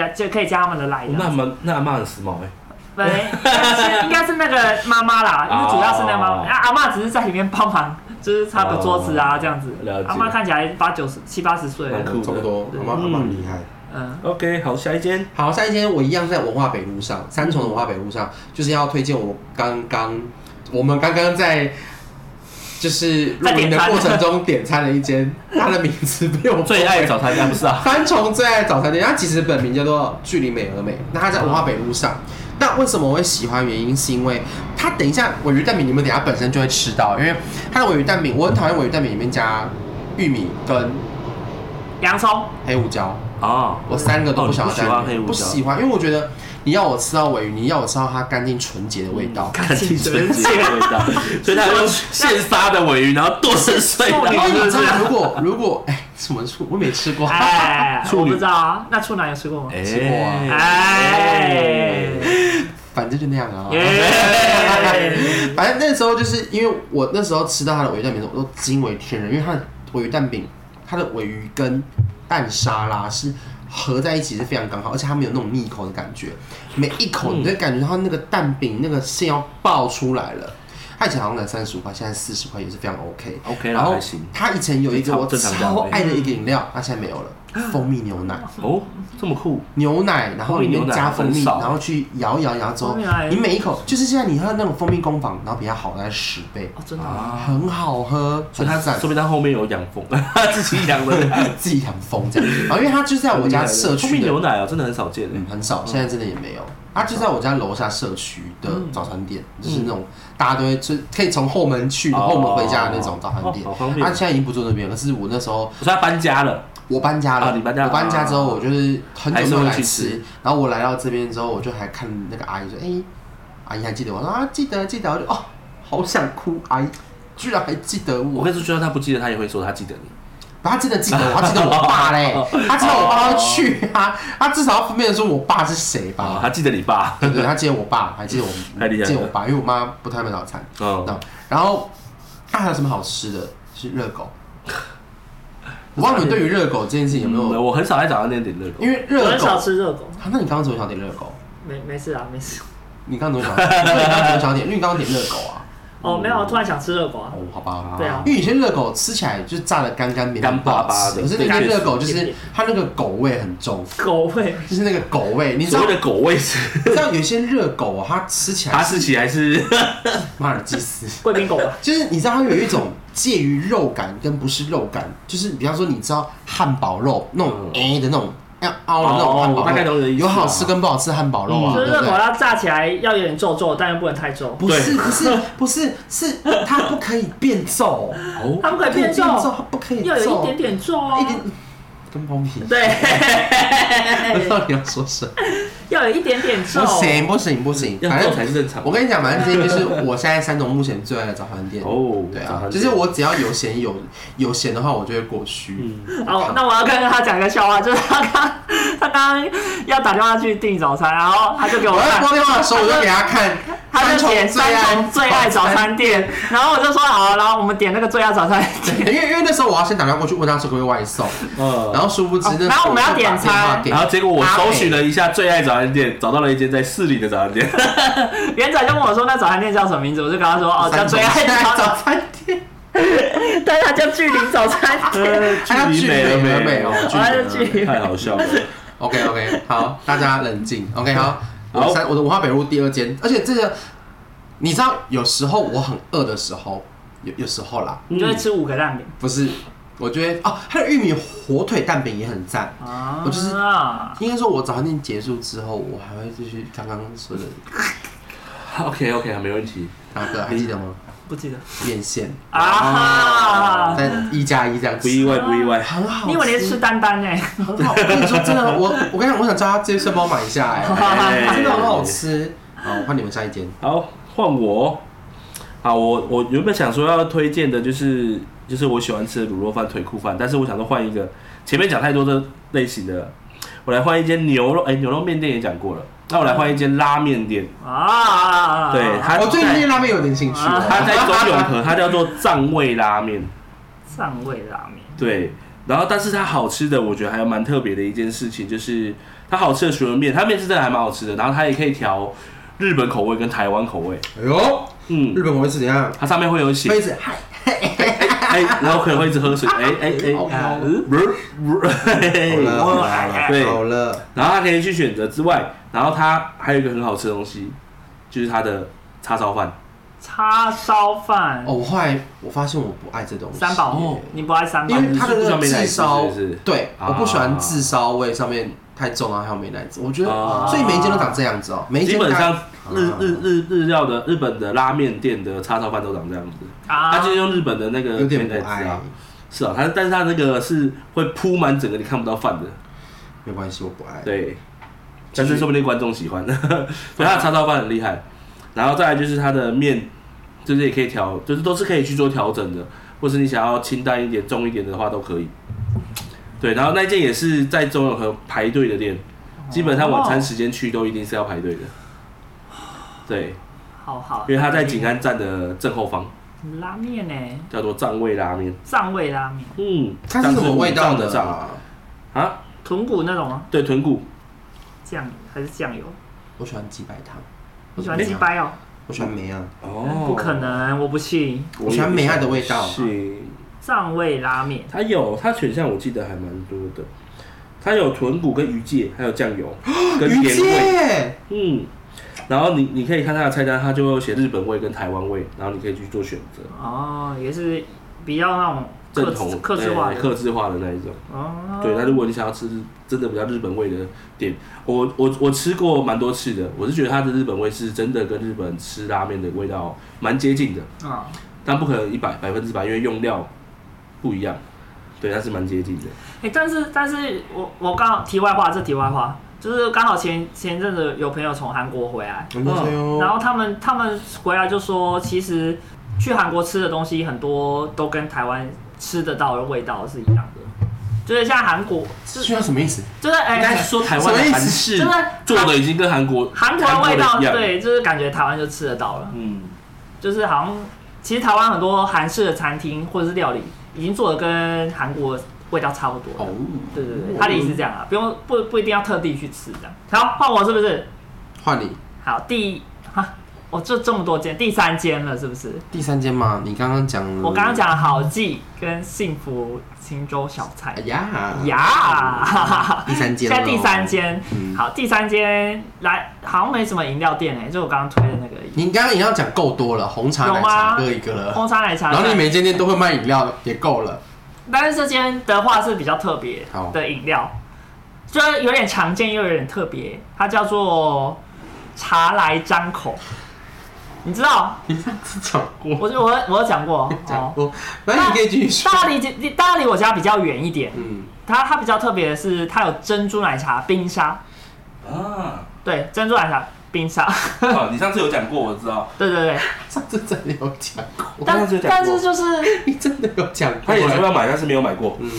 Speaker 3: 加就可以加他们的赖。
Speaker 2: 那蛮那蛮很时髦哎。
Speaker 3: 没，是应该是那个妈妈 啦，因为主要是那个妈妈，
Speaker 2: 哦
Speaker 3: 啊阿妈只是在里面帮忙，就是擦个桌子啊
Speaker 2: 哦
Speaker 3: 这样子
Speaker 2: 了。解
Speaker 3: 阿妈看起来八九十七八十岁了
Speaker 2: 蛮，
Speaker 1: 差不多，
Speaker 3: 对
Speaker 1: 好吗？好
Speaker 2: 嗯
Speaker 1: 吗？厉害。
Speaker 3: 嗯，
Speaker 2: OK，好，下一间
Speaker 1: 好，上一间我一样在文化北路上，三重的文化北路上，就是要推荐我刚刚我们刚刚在就是录音的过程中点餐的一间，它的名字被我
Speaker 2: 最爱早餐店不是啊？
Speaker 1: 三重最爱早餐店，它其实本名叫做距离美而美，那它在文化北路上。那为什么我会喜欢？原因是因为它等一下尾鱼蛋饼，你们等一下本身就会吃到，因为它的尾鱼蛋饼，我很讨厌尾鱼蛋饼里面加玉米跟
Speaker 3: 洋葱
Speaker 1: 黑胡椒。
Speaker 2: 哦，
Speaker 1: 我三个都不想要
Speaker 2: 哦你不喜
Speaker 1: 沾
Speaker 2: 欢
Speaker 1: 不喜
Speaker 2: 黑胡椒
Speaker 1: 欢，因为我觉得你要我吃到尾鱼，你要我吃到它干净纯洁的味 道。
Speaker 2: 看清纯洁的味道，所以他用现杀的尾鱼，然后剁成碎
Speaker 3: 处
Speaker 2: 的
Speaker 3: 女
Speaker 1: 因为
Speaker 3: 是
Speaker 1: 哦你
Speaker 3: 不
Speaker 1: 知
Speaker 3: 是
Speaker 1: 道，如果如果哎，什么醋我没吃过，
Speaker 3: 哎，
Speaker 2: 处
Speaker 3: 我
Speaker 2: 女
Speaker 3: 不知道啊，那处男有吃过吗？
Speaker 1: 吃过
Speaker 2: 哎
Speaker 1: 啊
Speaker 3: 哎，
Speaker 1: 反正就那样
Speaker 2: 哎
Speaker 1: 啊。
Speaker 3: 耶
Speaker 1: 反正那时候就是因为我那时候吃到它的尾鱼蛋饼的时候，我都惊为天人，因为它的尾鱼蛋饼，它的尾鱼跟蛋沙拉是合在一起是非常刚好，而且它没有那种腻口的感觉，每一口你都会感觉到它那个蛋饼那个馅要爆出来了。它以前好像才三十五块，现在四十块也是非常 OK。
Speaker 2: OK 啦
Speaker 1: 然后
Speaker 2: 还行
Speaker 1: 它以前有一个我
Speaker 2: 正常价位
Speaker 1: 超爱的一个饮料，它现在没有了，蜂蜜牛奶。
Speaker 2: 哦，这么酷，
Speaker 1: 牛奶，然后里面加蜂
Speaker 2: 蜂蜜
Speaker 1: 蜜，
Speaker 2: 哦牛奶
Speaker 1: 然后去摇一摇摇之后
Speaker 3: 蜂蜜奶，
Speaker 1: 你每一口就是现在你喝那种蜂蜜工坊，然后比它好大概十倍，
Speaker 3: 哦，真的啊，
Speaker 2: 啊，
Speaker 1: 很好喝，所以它在
Speaker 2: 说不定他后面有养蜂， 他自己养的。
Speaker 1: 自己养蜂这样。然后因为它就在我家社
Speaker 2: 蜂 蜜
Speaker 1: 区
Speaker 2: 牛
Speaker 1: 的，
Speaker 2: 奶啊，真的很少见
Speaker 1: 嗯，
Speaker 2: 诶。
Speaker 1: 很少，现在真的也没有。它就在我家楼下社区的早餐店，就是那种大家都会吃，可以从后门去，
Speaker 2: 嗯哦
Speaker 1: 后门回家的那种早餐店
Speaker 2: 哦好方。便
Speaker 1: 它现在已经不住那边了，可是我那时候
Speaker 2: 我说他搬家了，
Speaker 1: 我搬家
Speaker 2: 啊
Speaker 1: 了，
Speaker 2: 你搬家
Speaker 1: 我搬家之后，我就是很久没有
Speaker 2: 还是会
Speaker 1: 来
Speaker 2: 去吃
Speaker 1: 吃。然后我来到这边之后，我就还看那个阿姨说：“哎、阿姨还记得我？”我说：“啊，记得记得。”我就哦，好想哭，阿姨居然还记得
Speaker 2: 我
Speaker 1: 我。
Speaker 2: 跟你说，就算他不记得，他也会说他记得你。
Speaker 1: 她真的记得我，她记得我 爸嘞，她记得我爸会去啊，她至少要分辨得出我爸是谁
Speaker 2: 啊，
Speaker 1: 吧。
Speaker 2: 他记得你爸。
Speaker 1: 对对，她记得我爸，还记得
Speaker 2: 太
Speaker 1: 我，
Speaker 2: 厉害了
Speaker 1: 记得我爸，因为我妈不太买早餐。
Speaker 2: 嗯，
Speaker 1: 那然后它还有什么好吃的？是热狗。我忘了你对于热狗这件事情有没有？
Speaker 2: 嗯我很少在早餐店点热狗，
Speaker 1: 因为
Speaker 3: 我
Speaker 1: 热
Speaker 3: 很
Speaker 1: 狗
Speaker 3: 少吃热狗，
Speaker 1: 啊，那你刚刚怎么想点热狗？
Speaker 3: 没没事啊，没事。
Speaker 1: 你刚刚怎么想？你刚刚怎么想点？因为你刚刚点热狗啊。
Speaker 3: 哦，没有，突然想吃热狗啊。
Speaker 1: 哦，好吧。
Speaker 3: 对啊
Speaker 1: 因为以前热狗吃起来就是炸的干干绵绵
Speaker 2: 干巴
Speaker 1: 不好吃
Speaker 2: 巴的
Speaker 1: 可是
Speaker 2: 对
Speaker 1: 你看
Speaker 2: 确实
Speaker 1: 热狗就
Speaker 3: 甜
Speaker 1: 是
Speaker 3: 甜
Speaker 1: 它那个狗味很重，
Speaker 3: 狗味，
Speaker 1: 就是那个狗味。你知
Speaker 2: 所
Speaker 1: 道
Speaker 2: 谓的狗味是，
Speaker 1: 你知道有些热狗啊，它吃起
Speaker 2: 哈
Speaker 1: 来
Speaker 2: 士奇还是
Speaker 1: 马尔济斯，
Speaker 3: 贵宾狗啊 吧？
Speaker 1: 就是你知道它有一种介于肉感跟不是肉感，就是比方说你知道汉堡肉那种
Speaker 2: 嗯
Speaker 1: 哎的那种要凹的那种
Speaker 2: 哦
Speaker 1: 汉堡肉，
Speaker 2: 我大概懂你的意思嗯
Speaker 1: 有
Speaker 2: 啊
Speaker 1: 好吃跟不好吃的汉堡肉啊，
Speaker 3: 就是
Speaker 1: 对
Speaker 3: 热
Speaker 1: 不
Speaker 3: 狗
Speaker 1: 对？
Speaker 3: 要炸起来要有点皱皱，但又不能太皱。
Speaker 1: 不是不是不是是它不可以变皱，
Speaker 2: 哦
Speaker 3: 它不可以
Speaker 1: 不可以变
Speaker 3: 变
Speaker 1: 皱，
Speaker 3: 皱
Speaker 1: 它，不可以皱，
Speaker 3: 又有一点点皱啊
Speaker 1: 一，点跟包皮，
Speaker 3: 对，
Speaker 1: 到底要说什么？
Speaker 3: 要有一点点皱
Speaker 1: 不。行不行不行，
Speaker 2: 要
Speaker 1: 反
Speaker 2: 做
Speaker 1: 正
Speaker 2: 才是正常
Speaker 1: 我跟你讲，反正这些就是我现在三种目前最爱的早餐店。
Speaker 2: 哦
Speaker 1: 对
Speaker 2: 早
Speaker 1: 啊，
Speaker 2: 餐店
Speaker 1: 就是我只要有闲有有闲的话，我就会过去。
Speaker 2: 嗯
Speaker 3: 哦，那我要跟他讲个笑话，就是他刚他刚刚要打电话去订早餐，然后他就给我
Speaker 1: 我在
Speaker 3: 看
Speaker 1: 拨，电话的时候，我就给他看
Speaker 3: 他就点三重最爱早，餐店，然后我就说好，然后我们点那个最爱早餐
Speaker 1: 因
Speaker 3: 店，
Speaker 1: 为因为那时候我要先打电话过去问他说可不可以外送，
Speaker 2: 呃
Speaker 1: 然后殊不知那时候
Speaker 3: 然后我们要
Speaker 1: 就把
Speaker 3: 点
Speaker 1: 电话
Speaker 3: 餐
Speaker 1: 给
Speaker 2: 然后结果我搜寻了一下最爱早餐店，找到了一间在市里的早餐店，
Speaker 3: 园长就问我说那早餐店叫什么名字，我就跟他说哦叫
Speaker 1: 三重
Speaker 3: 最爱早餐
Speaker 1: 早餐店，
Speaker 3: 店，但是他叫巨林早 餐店，
Speaker 1: 还要
Speaker 2: 距
Speaker 1: 距
Speaker 2: 离
Speaker 1: 离
Speaker 2: 美了
Speaker 1: 美
Speaker 2: 没
Speaker 1: 哦，
Speaker 3: 我要
Speaker 1: 距
Speaker 3: 去
Speaker 1: 离美了。
Speaker 2: 太好笑了。
Speaker 1: OK OK，好，大家冷静。OK 好，我的
Speaker 2: 好
Speaker 1: 三我的文化北路第二间，而且这个你知道，有时候我很饿的时候，有有时候啦，
Speaker 3: 你就会吃五个蛋饼
Speaker 1: 不是，我觉得哦，它的玉米火腿蛋饼也很赞。
Speaker 3: 啊
Speaker 1: 我就是应该说，我早餐店结束之后，我还会继续刚刚说的
Speaker 2: OK OK，没问题。
Speaker 1: 那个，还记得吗？
Speaker 3: 不记得
Speaker 1: 面线，
Speaker 3: 啊哈，
Speaker 1: 在一加一这样
Speaker 2: 不
Speaker 1: 子，
Speaker 2: 意外，不意外。
Speaker 1: 很好吃。
Speaker 3: 你以为你是吃丹丹 呢？
Speaker 1: 很好，我跟你说真的，我我跟你讲，我想叫他这一次帮我买一下，哎，
Speaker 2: 哎
Speaker 1: 真的很好吃。好，我换你们下一间。
Speaker 2: 好，换我。好，我我原本想说要推荐的就是就是我喜欢吃的卤肉饭、腿裤饭，但是我想说换一个，前面讲太多的类型的了，我来换一间牛肉，哎、牛肉面店也讲过了，那我来换一间拉面店，
Speaker 3: 啊，
Speaker 2: 对它
Speaker 1: 我最近对拉面有点兴趣哦，
Speaker 2: 它在中永和，它叫做藏味拉面，
Speaker 3: 上味拉面，
Speaker 2: 对。然后，但是它好吃的，我觉得还有蛮特别的一件事情，就是它好吃的熟人面，它面是真的还蛮好吃的，然后它也可以调日本口味跟台湾口味，
Speaker 1: 哎呦，
Speaker 2: 嗯
Speaker 1: 日，本我会是怎样？
Speaker 2: 它上面会有写
Speaker 1: 杯子嗨，
Speaker 2: 哎，然后可能会一直喝水，哎哎哎，
Speaker 1: 好
Speaker 2: 啊
Speaker 1: 了
Speaker 2: 呃不是不是嘿嘿
Speaker 1: 好了好
Speaker 2: 嘿
Speaker 3: 哎
Speaker 1: 了，
Speaker 2: 对
Speaker 1: 好了，
Speaker 2: 然后它可以去选择之外，然后它还有一个很好吃的东西，就是它的叉烧饭。
Speaker 3: 叉烧饭
Speaker 1: 哦，，我后来我发现我不爱这东西，
Speaker 3: 三宝
Speaker 2: 哦
Speaker 3: 你不爱三宝
Speaker 1: 因？为它的那个
Speaker 2: 你是不喜欢美乃
Speaker 1: 炙
Speaker 2: 滋
Speaker 1: 烧
Speaker 2: 是不是，
Speaker 1: 对，
Speaker 2: 啊
Speaker 1: 我不喜欢炙烧味上面太重啊，还有美奶滋，我觉
Speaker 2: 啊
Speaker 1: 得，所以每一间都长这样子哦，每一
Speaker 2: 基
Speaker 1: 间
Speaker 2: 本上日
Speaker 1: 啊
Speaker 2: 日日日料的日本的拉面店的叉烧饭都长这样子，
Speaker 3: 啊
Speaker 2: 它就是用日本的那个
Speaker 1: 有点
Speaker 2: 面来
Speaker 1: 不
Speaker 2: 吃
Speaker 1: 爱
Speaker 2: 啊，，是啊，它但是它那个是会铺满整个你看不到饭的，
Speaker 1: 没关系，我不爱。
Speaker 2: 对，但是说不定观众喜欢， 所以
Speaker 1: 啊
Speaker 2: 它的叉烧饭很厉害。然后再来就是它的面，就是也可以调，就是都是可以去做调整的，或是你想要清淡一点、重一点的话都可以。对，然后那间也是在中永和排队的店，基本上晚餐时间去都一定是要排队的。对，
Speaker 3: 好好，
Speaker 2: 因为它在景安站的正后方，
Speaker 3: 拉面呢，
Speaker 2: 叫做藏味拉面。
Speaker 3: 上味拉面，
Speaker 2: 嗯，
Speaker 1: 它是什么味道
Speaker 2: 藏是
Speaker 1: 的
Speaker 2: 藏藏
Speaker 1: 啊？
Speaker 2: 啊？
Speaker 3: 豚骨那种吗？哦
Speaker 2: 对，豚骨。
Speaker 3: 酱还是酱油？
Speaker 1: 我喜欢鸡白汤，
Speaker 3: 你喜欢鸡掰哦？
Speaker 1: 我喜欢梅啊，
Speaker 2: 哦
Speaker 3: 不可，能，我不信。
Speaker 1: 我喜欢梅爱的味道啊
Speaker 2: 是。
Speaker 3: 上味拉面，
Speaker 2: 它有，它选项我记得还蛮多的。它有豚骨跟鱼介，还有酱 油跟
Speaker 1: 鱼
Speaker 2: 甜味，
Speaker 1: 介，
Speaker 2: 嗯。然后你你可以看它的菜单，它就会有写日本味跟台湾味，然后你可以去做选择，
Speaker 3: 哦，也是比较那种
Speaker 2: 正统
Speaker 3: 克制化
Speaker 2: 对
Speaker 3: 的
Speaker 2: 克制化的那一种。
Speaker 3: 哦。
Speaker 2: 对，那如果你想要吃真的比较日本味的店，我我我吃过蛮多次的，我是觉得它的日本味是真的跟日本吃拉面的味道蛮接近的，
Speaker 3: 啊，
Speaker 2: 但不可能一百百分之百，因为用料不一样。对，它是蛮接近的。
Speaker 3: 哎、但是但是我我刚好题外话，这题外话就是刚好前前阵子有朋友从韩国回来，
Speaker 1: 안녕하세
Speaker 2: 哦
Speaker 1: 요
Speaker 3: 嗯然后他们他们回来就说，其实去韩国吃的东西很多都跟台湾吃得到的味道是一样的，就是像韩国
Speaker 1: 这
Speaker 3: 是
Speaker 1: 句话什么意思？
Speaker 3: 就是哎
Speaker 2: 应该是说台湾的韩式
Speaker 3: 什么意思
Speaker 2: 做的已经跟韩国
Speaker 3: 韩、国的味
Speaker 2: 韩
Speaker 3: 道
Speaker 2: 国的一样，
Speaker 3: 对，就是感觉台湾就吃得到了，
Speaker 2: 嗯，
Speaker 3: 就是好像其实台湾很多韩式的餐厅或者是料理已经做的跟韩国味道差不多了。
Speaker 1: 哦，
Speaker 3: 对对对，他的意思是这样啊，不用不不一定要特地去吃这样。好，换我是不是？
Speaker 1: 换你，
Speaker 3: 好，第一哈，我这这么多间，第三间了是不是？
Speaker 1: 第三间嘛，你刚刚讲了，
Speaker 3: 我刚刚讲了好记跟幸福青州小菜
Speaker 1: 哎呀
Speaker 3: 呀，
Speaker 1: 第三间
Speaker 3: 现
Speaker 1: 咯，
Speaker 3: 在第三间
Speaker 1: 嗯，
Speaker 3: 好，第三间来好像没什么饮料店哎、就我刚刚推的那个
Speaker 1: 你刚刚饮料讲够多了，红茶、
Speaker 3: 有
Speaker 1: 奶茶
Speaker 3: 吗
Speaker 1: 各一个了，
Speaker 3: 红茶奶茶
Speaker 1: 嗯然
Speaker 3: 店，
Speaker 1: 后你每间店都会卖饮料，也够了。
Speaker 3: 但是这间的话是比较特别
Speaker 1: 好
Speaker 3: 的饮料，就是有点常见又有点特别，它叫做茶来张口。你知道，
Speaker 1: 你上次讲过，
Speaker 3: 我就我我有讲 过
Speaker 1: 讲
Speaker 3: 哦。
Speaker 1: 过，那你可以继续说。
Speaker 3: 大家离离大家离我家比较远一点，
Speaker 1: 嗯，
Speaker 3: 它它比较特别的是，它有珍珠奶茶冰沙，
Speaker 2: 啊，
Speaker 3: 对，珍珠奶茶冰沙，
Speaker 2: 哦，你上次有讲过，我知道，
Speaker 3: 对对对。
Speaker 1: 上次真的有讲过，
Speaker 2: 刚
Speaker 3: 但
Speaker 2: 刚就讲过
Speaker 3: 但是就是
Speaker 1: 你真的有讲过。
Speaker 2: 他也说要买，但是没有买过。
Speaker 1: 嗯，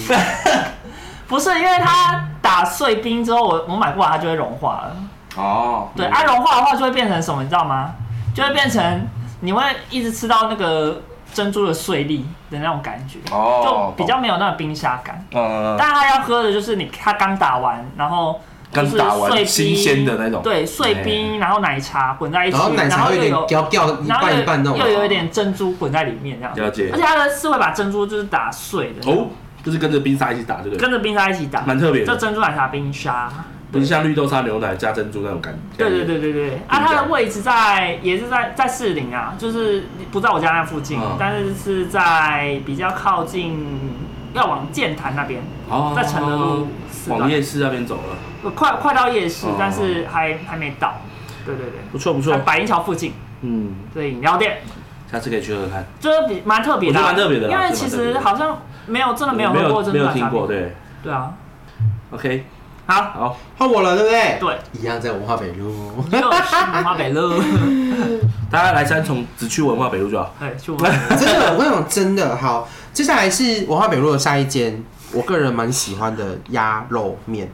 Speaker 3: 不是因为它打碎冰之后，我我买过来它就会融化了。
Speaker 2: 哦，
Speaker 3: 对，啊
Speaker 2: 嗯
Speaker 3: 它、融化的话就会变成什么，你知道吗？就会变成你会一直吃到那个珍珠的碎粒的那种感觉，就
Speaker 2: 哦，
Speaker 3: 比较没有那个冰沙感。
Speaker 2: 呃，
Speaker 3: 但它要喝的就是你它刚打完，然后就是
Speaker 2: 刚打完
Speaker 3: 碎冰
Speaker 2: 新鲜的那种哎
Speaker 3: 对，碎冰然后奶茶混在一起，
Speaker 1: 然后奶茶会有
Speaker 3: 又
Speaker 1: 点
Speaker 3: 有。
Speaker 1: 掉掉一
Speaker 3: 然后
Speaker 1: 半
Speaker 3: 又
Speaker 1: 一半那种，
Speaker 3: 又有一点珍珠混在里面这样子，
Speaker 2: 了解
Speaker 3: 而且它的是会把珍珠就是打碎的，
Speaker 2: 哦，就是跟着冰沙一起打，对不对？
Speaker 3: 跟着冰沙一起打，
Speaker 2: 蛮特别的
Speaker 3: 这珍珠奶茶冰沙，
Speaker 2: 不是像绿豆沙牛奶加珍珠那种感觉。
Speaker 3: 对对对对对，啊，它的位置在也是在在士林啊，就是不在我家那附近，
Speaker 2: 嗯
Speaker 3: 但是是在比较靠近要往建潭那边，
Speaker 2: 哦，
Speaker 3: 在承德路四段
Speaker 2: 往夜市那边走了，
Speaker 3: 呃快快到夜市
Speaker 2: 哦，
Speaker 3: 但是还还没到。对对对，
Speaker 2: 不错不
Speaker 3: 在
Speaker 2: 错，
Speaker 3: 百灵桥附近
Speaker 2: 嗯，
Speaker 3: 的饮料店，
Speaker 2: 下次可以去喝喝看。
Speaker 3: 就是比蛮特别的啊，
Speaker 2: 我觉得蛮特别的啦
Speaker 3: 因为其
Speaker 2: 是蛮特别
Speaker 3: 实
Speaker 2: 的
Speaker 3: 好像没有真的没有
Speaker 2: 没
Speaker 3: 喝过
Speaker 2: 有
Speaker 3: 珍
Speaker 2: 没
Speaker 3: 珠
Speaker 2: 有
Speaker 3: 奶茶
Speaker 2: 听过，
Speaker 3: 冰，
Speaker 2: 对
Speaker 3: 对啊，
Speaker 2: ，OK，
Speaker 3: 好，
Speaker 2: 好，
Speaker 1: 换我了，对不对？
Speaker 3: 对，
Speaker 1: 一样在文化北路。
Speaker 3: 就是马北 乐，
Speaker 2: 大家来三重只去文化北路就好。
Speaker 3: 对，去我们
Speaker 1: 真的，我跟你讲，真的好。接下来是文化北路的下一间，我个人蛮喜欢的鸭肉面。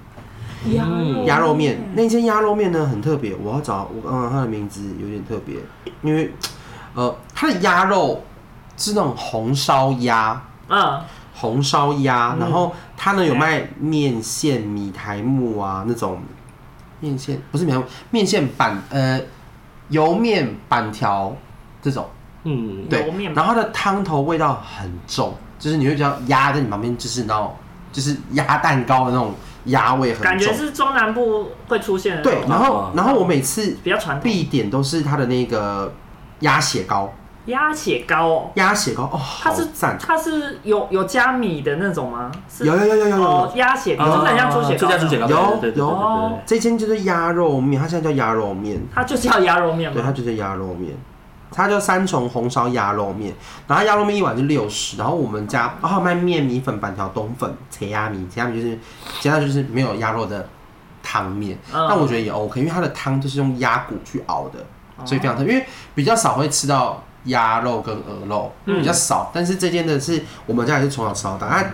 Speaker 2: 嗯
Speaker 1: 鸭肉面那间鸭肉面呢很特别，我要找我嗯它的名字有点特别，因为呃它的鸭肉是那种红烧鸭，
Speaker 3: 嗯，
Speaker 1: 红烧鸭，
Speaker 2: 嗯
Speaker 1: 然后它呢有
Speaker 3: 对
Speaker 1: 卖面线、米苔木啊那种面线，不是米苔木，面线板呃油面板条这种。
Speaker 2: 嗯，
Speaker 1: 对
Speaker 3: 油面，吧
Speaker 1: 然后它的汤头味道很重，就是你会比较压在你旁边，就是那种就是压蛋糕的那种鸭味很重，
Speaker 3: 感觉是中南部会出现的那
Speaker 1: 对
Speaker 3: 种，。
Speaker 1: 然后
Speaker 2: 哦
Speaker 1: 然后我每次
Speaker 3: 比较传统，
Speaker 1: 必点都是它的那个鸭血糕，
Speaker 3: 鸭血糕哦，
Speaker 1: 鸭血糕哦，
Speaker 3: 它
Speaker 1: 好
Speaker 3: 是
Speaker 1: 赞，
Speaker 3: 它是有有加米的那种吗？是
Speaker 1: 有有有有有有
Speaker 3: 哦，鸭血糕，就是很像猪血
Speaker 2: 哦就
Speaker 3: 糕，
Speaker 2: 像猪血糕，
Speaker 1: 有
Speaker 2: 对对对对
Speaker 1: 有
Speaker 2: 对对
Speaker 1: 这间就是鸭肉面，它现在叫鸭肉面，
Speaker 3: 它就叫鸭肉面
Speaker 1: 对，它
Speaker 3: 嘛。
Speaker 1: 就是鸭肉面，它叫三重红烧鸭肉面，然后鸭肉面一碗是六十，然后我们家然后卖面米粉、板条、冬粉、切鸭米，切鸭米就是切鸭就是没有鸭肉的汤面，
Speaker 3: 嗯
Speaker 1: 但我觉得也 OK，因为它的汤就是用鸭骨去熬
Speaker 3: 哦
Speaker 1: 的，所以非常特别，因为比较少会吃到鸭肉跟鹅肉，
Speaker 3: 嗯
Speaker 1: 比较少，但是这间的是我们家也是从小吃到大，它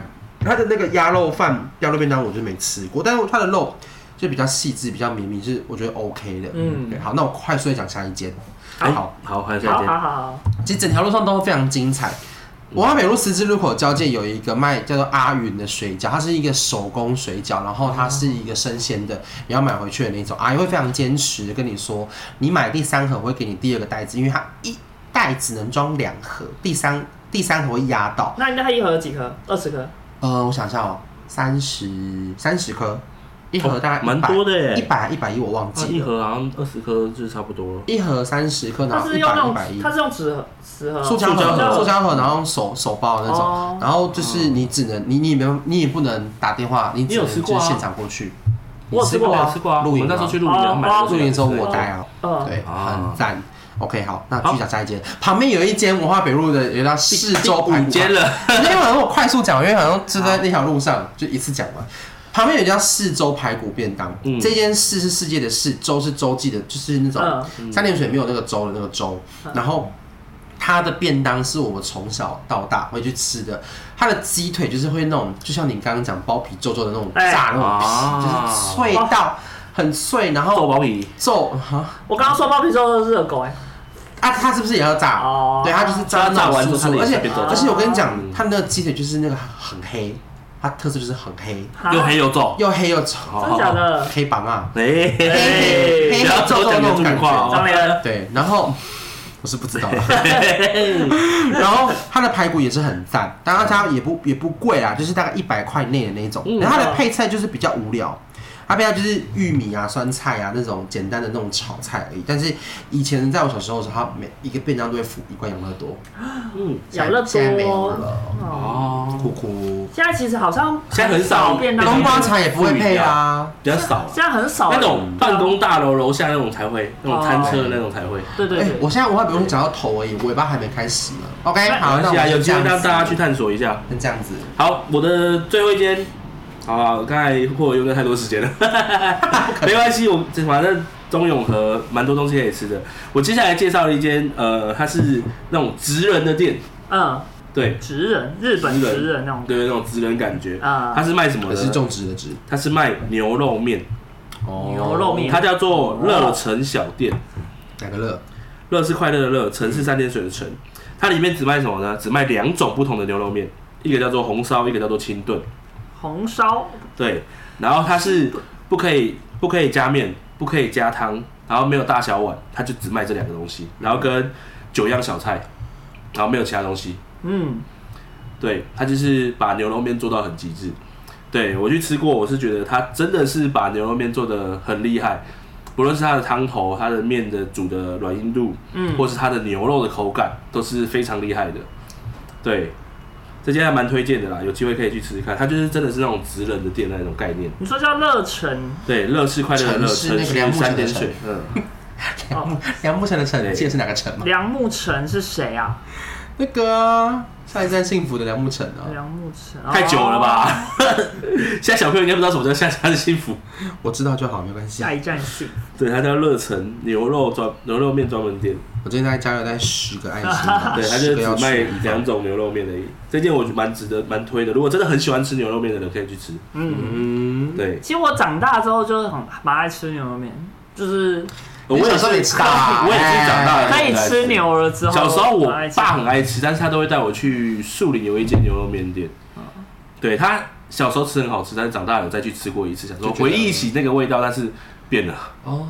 Speaker 1: 它的那个鸭肉饭、鸭肉便当我就没吃过，但是它的肉就比较细致、比较绵密，就是我觉得 OK 的。
Speaker 3: 嗯
Speaker 1: 对，好，那我快速的讲下一间。
Speaker 2: 哎
Speaker 1: 好，
Speaker 2: 好，还有下
Speaker 3: 好
Speaker 2: 一
Speaker 3: 好
Speaker 2: 间，
Speaker 3: 好，
Speaker 1: 其实整条路上都非常精彩。文化北路十字路口交界有一个卖叫做阿云的水饺，它是一个手工水饺，然后它是一个生鲜的，你要买回去的那种。阿姨会非常坚持地跟你说，你买第三盒我会给你第二个袋子，因为它一袋只能装两盒，第三第三盒会压到。
Speaker 3: 那你大概一盒有几颗？二十颗，
Speaker 1: 呃，我想一下哦，三十三十颗，一盒大概
Speaker 2: 哦蛮多的耶
Speaker 1: 一百一百一我忘
Speaker 2: 啊
Speaker 1: 记
Speaker 2: 一
Speaker 1: 了，
Speaker 2: 盒好像二十颗就是差不多了。
Speaker 1: 一盒三十颗，然
Speaker 3: 它
Speaker 1: 后
Speaker 3: 是
Speaker 1: 一
Speaker 3: 用
Speaker 1: 百
Speaker 3: 那
Speaker 1: 一
Speaker 3: 种
Speaker 1: 百一，
Speaker 3: 它是用纸盒纸呃盒，
Speaker 1: 塑胶
Speaker 2: 胶
Speaker 1: 盒、
Speaker 2: 盒
Speaker 1: 塑胶盒，然后手手包的那
Speaker 3: 哦
Speaker 1: 种，然后就是你只能你你也没有你也不能打电话，你只能
Speaker 2: 你有吃
Speaker 1: 就
Speaker 2: 过啊
Speaker 1: 是现场过去。
Speaker 3: 我有吃过
Speaker 2: 我
Speaker 3: 啊
Speaker 2: 有吃过啊，
Speaker 1: 露
Speaker 2: 我
Speaker 1: 营
Speaker 2: 们
Speaker 1: 啊
Speaker 2: 那时候去露营，然后买了
Speaker 3: 哦
Speaker 1: 露营的时候我
Speaker 3: 有
Speaker 1: 带啊，
Speaker 3: 嗯，
Speaker 1: 对，
Speaker 2: 哦
Speaker 1: 很赞。OK，好，那
Speaker 2: 好
Speaker 1: 继续讲下一间，旁边有一间文化北路的，有一家四周排骨
Speaker 2: 接
Speaker 1: 饭。
Speaker 2: 了，
Speaker 1: 因为好像我快速讲，因为好像就在那条路上就一次讲完。旁边有一家四周排骨便当，
Speaker 2: 嗯
Speaker 1: 这间四是世界的四，周是周记的，就是那种
Speaker 3: 嗯
Speaker 1: 三点水没有那个粥的那个粥，
Speaker 2: 嗯
Speaker 1: 然后它的便当是我们从小到大会去吃的，它的鸡腿就是会那种，就像你刚刚讲包皮皱皱的那种
Speaker 3: 哎
Speaker 1: 炸那种皮，
Speaker 2: 啊
Speaker 1: 就是脆到很脆，然
Speaker 2: 豆
Speaker 1: 后
Speaker 2: 包皮，
Speaker 1: 皱啊
Speaker 3: 我刚刚说包皮之后是热狗哎，
Speaker 1: 啊，它是不是也要炸？
Speaker 3: 哦
Speaker 1: 对，它就是炸
Speaker 2: 它炸
Speaker 1: 那
Speaker 2: 完之
Speaker 1: 种
Speaker 2: 后
Speaker 1: 酥
Speaker 2: 它
Speaker 1: 酥，
Speaker 2: 也
Speaker 1: 而且
Speaker 2: 变
Speaker 3: 成
Speaker 1: 而且我跟你讲
Speaker 2: 嗯，
Speaker 1: 它那个鸡腿就是那个很黑，它特色就是很黑，
Speaker 3: 哈
Speaker 2: 又黑又皱，
Speaker 1: 又黑又
Speaker 2: 哦
Speaker 1: 潮，
Speaker 3: 真的假的？
Speaker 1: 黑榜啊，
Speaker 2: 哎，
Speaker 1: 黑
Speaker 2: 不要多讲这种话
Speaker 3: 张
Speaker 2: 哦。
Speaker 3: 雷恩，
Speaker 1: 对，然后我是不知道啦， 然后它的排骨也是很赞，当然它也不也不贵啊，就是大概一百块内的那一种
Speaker 3: 嗯。
Speaker 1: 然后它的配菜就是比较无聊，它配菜就是玉米啊、酸菜啊那种简单的那种炒菜而已。但是以前在我小时候的时候，它每一个便当都会附一罐养乐多，
Speaker 2: 嗯，
Speaker 3: 养乐
Speaker 1: 现在没有
Speaker 3: 多。
Speaker 1: 了，
Speaker 3: 哦
Speaker 2: 哦，
Speaker 1: 哭哭。
Speaker 3: 现在其实好像
Speaker 2: 现在很少
Speaker 3: 便当，
Speaker 1: 冬瓜茶也不会配啊，
Speaker 2: 比较少
Speaker 3: 现在很少
Speaker 2: 那种办公大楼楼下那种才会，那
Speaker 1: 哦
Speaker 2: 种餐车的那种才会。
Speaker 3: 对对
Speaker 1: 哎、
Speaker 3: 对，
Speaker 1: 我现在文化比如讲到头而已，尾巴还没开始呢。OK，好，那我
Speaker 2: 是啊，
Speaker 1: 们
Speaker 2: 有
Speaker 1: 就
Speaker 2: 机
Speaker 1: 这
Speaker 2: 会
Speaker 1: 样
Speaker 2: 让
Speaker 1: 子
Speaker 2: 大家去探索一下。
Speaker 1: 那这样子，
Speaker 2: 好，我的最后一间，好啊，我刚才霍尔用了太多 时间了，没关系，我反正中永和蛮多东西可以吃的。我接下来介绍一间，呃，它是那种职人的店，
Speaker 3: 嗯，
Speaker 2: 对，
Speaker 3: 职人，日本
Speaker 2: 职人
Speaker 3: 职人那种，
Speaker 2: 对，那种职人感觉。
Speaker 3: 啊
Speaker 2: 它是卖什么
Speaker 1: 我是
Speaker 2: 呢？
Speaker 1: 种植的植，
Speaker 2: 它是卖牛肉面，
Speaker 1: 哦
Speaker 3: 牛肉面哦
Speaker 2: 它叫做乐城小店，
Speaker 1: 哪个乐？
Speaker 2: 乐是快乐的乐，城是三点水的城。它里面只卖什么呢？只卖两种不同的牛肉面，一个叫做红烧，一个叫做清炖。
Speaker 3: 红烧，
Speaker 2: 对，然后它是不可以不可以加面，不可以加汤，然后没有大小碗，它就只卖这两个东西，然后跟九样小菜，然后没有其他东西。
Speaker 3: 嗯，
Speaker 2: 对，它就是把牛肉面做到很极致。对我去吃过，我是觉得它真的是把牛肉面做的很厉害，不论是它的汤头、它的面的煮的软硬度，
Speaker 3: 嗯
Speaker 2: 或是它的牛肉的口感，都是非常厉害的。对，这家还蛮推荐的啦，有机会可以去吃吃看。它就是真的是那种职人的店的那种概念。
Speaker 3: 你说叫乐城，
Speaker 2: 对，乐是快乐的
Speaker 1: 城
Speaker 2: 乐，
Speaker 1: 是
Speaker 2: 城
Speaker 1: 那个梁
Speaker 2: 是
Speaker 1: 木
Speaker 2: 三
Speaker 1: 城的
Speaker 2: 点
Speaker 1: 城
Speaker 2: 水，嗯，
Speaker 3: 哦，
Speaker 1: 梁木城的城，
Speaker 2: 对
Speaker 1: 你记得是哪个城吗？
Speaker 3: 梁木城是谁啊？
Speaker 1: 那个啊上一站幸福的梁木城啊，
Speaker 3: 梁木城，哦
Speaker 2: 太久了？吧？ 现在小朋友应该不知道什么叫下家的幸福。
Speaker 1: 我知道就好，没关系
Speaker 3: 下。一站戏，
Speaker 2: 对，它叫乐城牛肉专牛肉面专门店，
Speaker 1: 我最近在加油带十个爱心吧，
Speaker 2: 对，它就
Speaker 1: 十
Speaker 2: 是
Speaker 1: 个
Speaker 2: 只
Speaker 1: 要
Speaker 2: 卖
Speaker 1: 吃。
Speaker 2: 两种牛肉面而已。这件我觉得蛮值得、蛮推的。如果真的很喜欢吃牛肉面的人，可以去吃。
Speaker 3: 嗯，
Speaker 1: 嗯，
Speaker 2: 对，
Speaker 3: 其实我长大之后就是很蛮爱吃牛肉面，就是
Speaker 2: 我也
Speaker 1: 小时
Speaker 2: 是
Speaker 1: 候没吃啊
Speaker 2: 我也是长大了
Speaker 3: 可以吃牛了之后，
Speaker 2: 小时候我
Speaker 3: 很爱吃
Speaker 2: 爸很爱吃，但是他都会带我去树林有一间牛肉面店。
Speaker 3: 哦
Speaker 2: 对他小时候吃很好吃，但是长大有再去吃过一次，小时候
Speaker 1: 就觉得
Speaker 2: 回忆起那个味道，但是变了，
Speaker 1: 哦，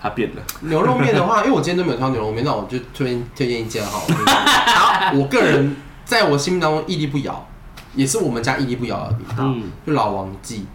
Speaker 2: 它变了。
Speaker 1: 牛肉面的话， 因为我今天都没有挑牛肉面，那我就推荐推荐一间好 了。好，我个人在我心目当中屹立不摇，也是我们家屹立不摇的地方，
Speaker 2: 嗯
Speaker 1: 就老王记，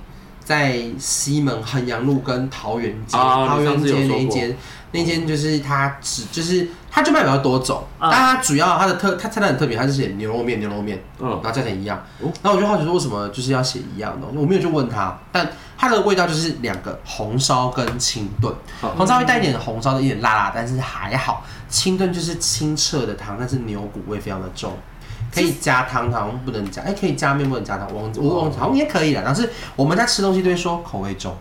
Speaker 1: 在西门衡阳路跟桃园街，
Speaker 2: 啊
Speaker 1: 桃
Speaker 2: 你上
Speaker 1: 园
Speaker 2: 次有
Speaker 1: 街
Speaker 2: 说
Speaker 1: 那一
Speaker 2: 过
Speaker 1: 间，那一间就是它只就是它就卖比较多种，
Speaker 3: 啊
Speaker 2: 嗯
Speaker 1: 但它主要它的特它菜单很特别，它是写牛肉面牛肉面，
Speaker 2: 嗯
Speaker 1: 然，后价钱一样
Speaker 2: 哦。
Speaker 1: 那我就好奇说为什么就是要写一样的东西，我没有去问他，但它的味道就是两个红烧跟清炖，
Speaker 2: 哦
Speaker 1: 红烧会带一点红烧的，一点辣辣，但是还好。清炖就是清澈的汤，但是牛骨味非常的重。可以加汤，好像不能加，哎、可以加面，不能加汤。我我我好像也可以的，但是我们在吃东西都会说口味重，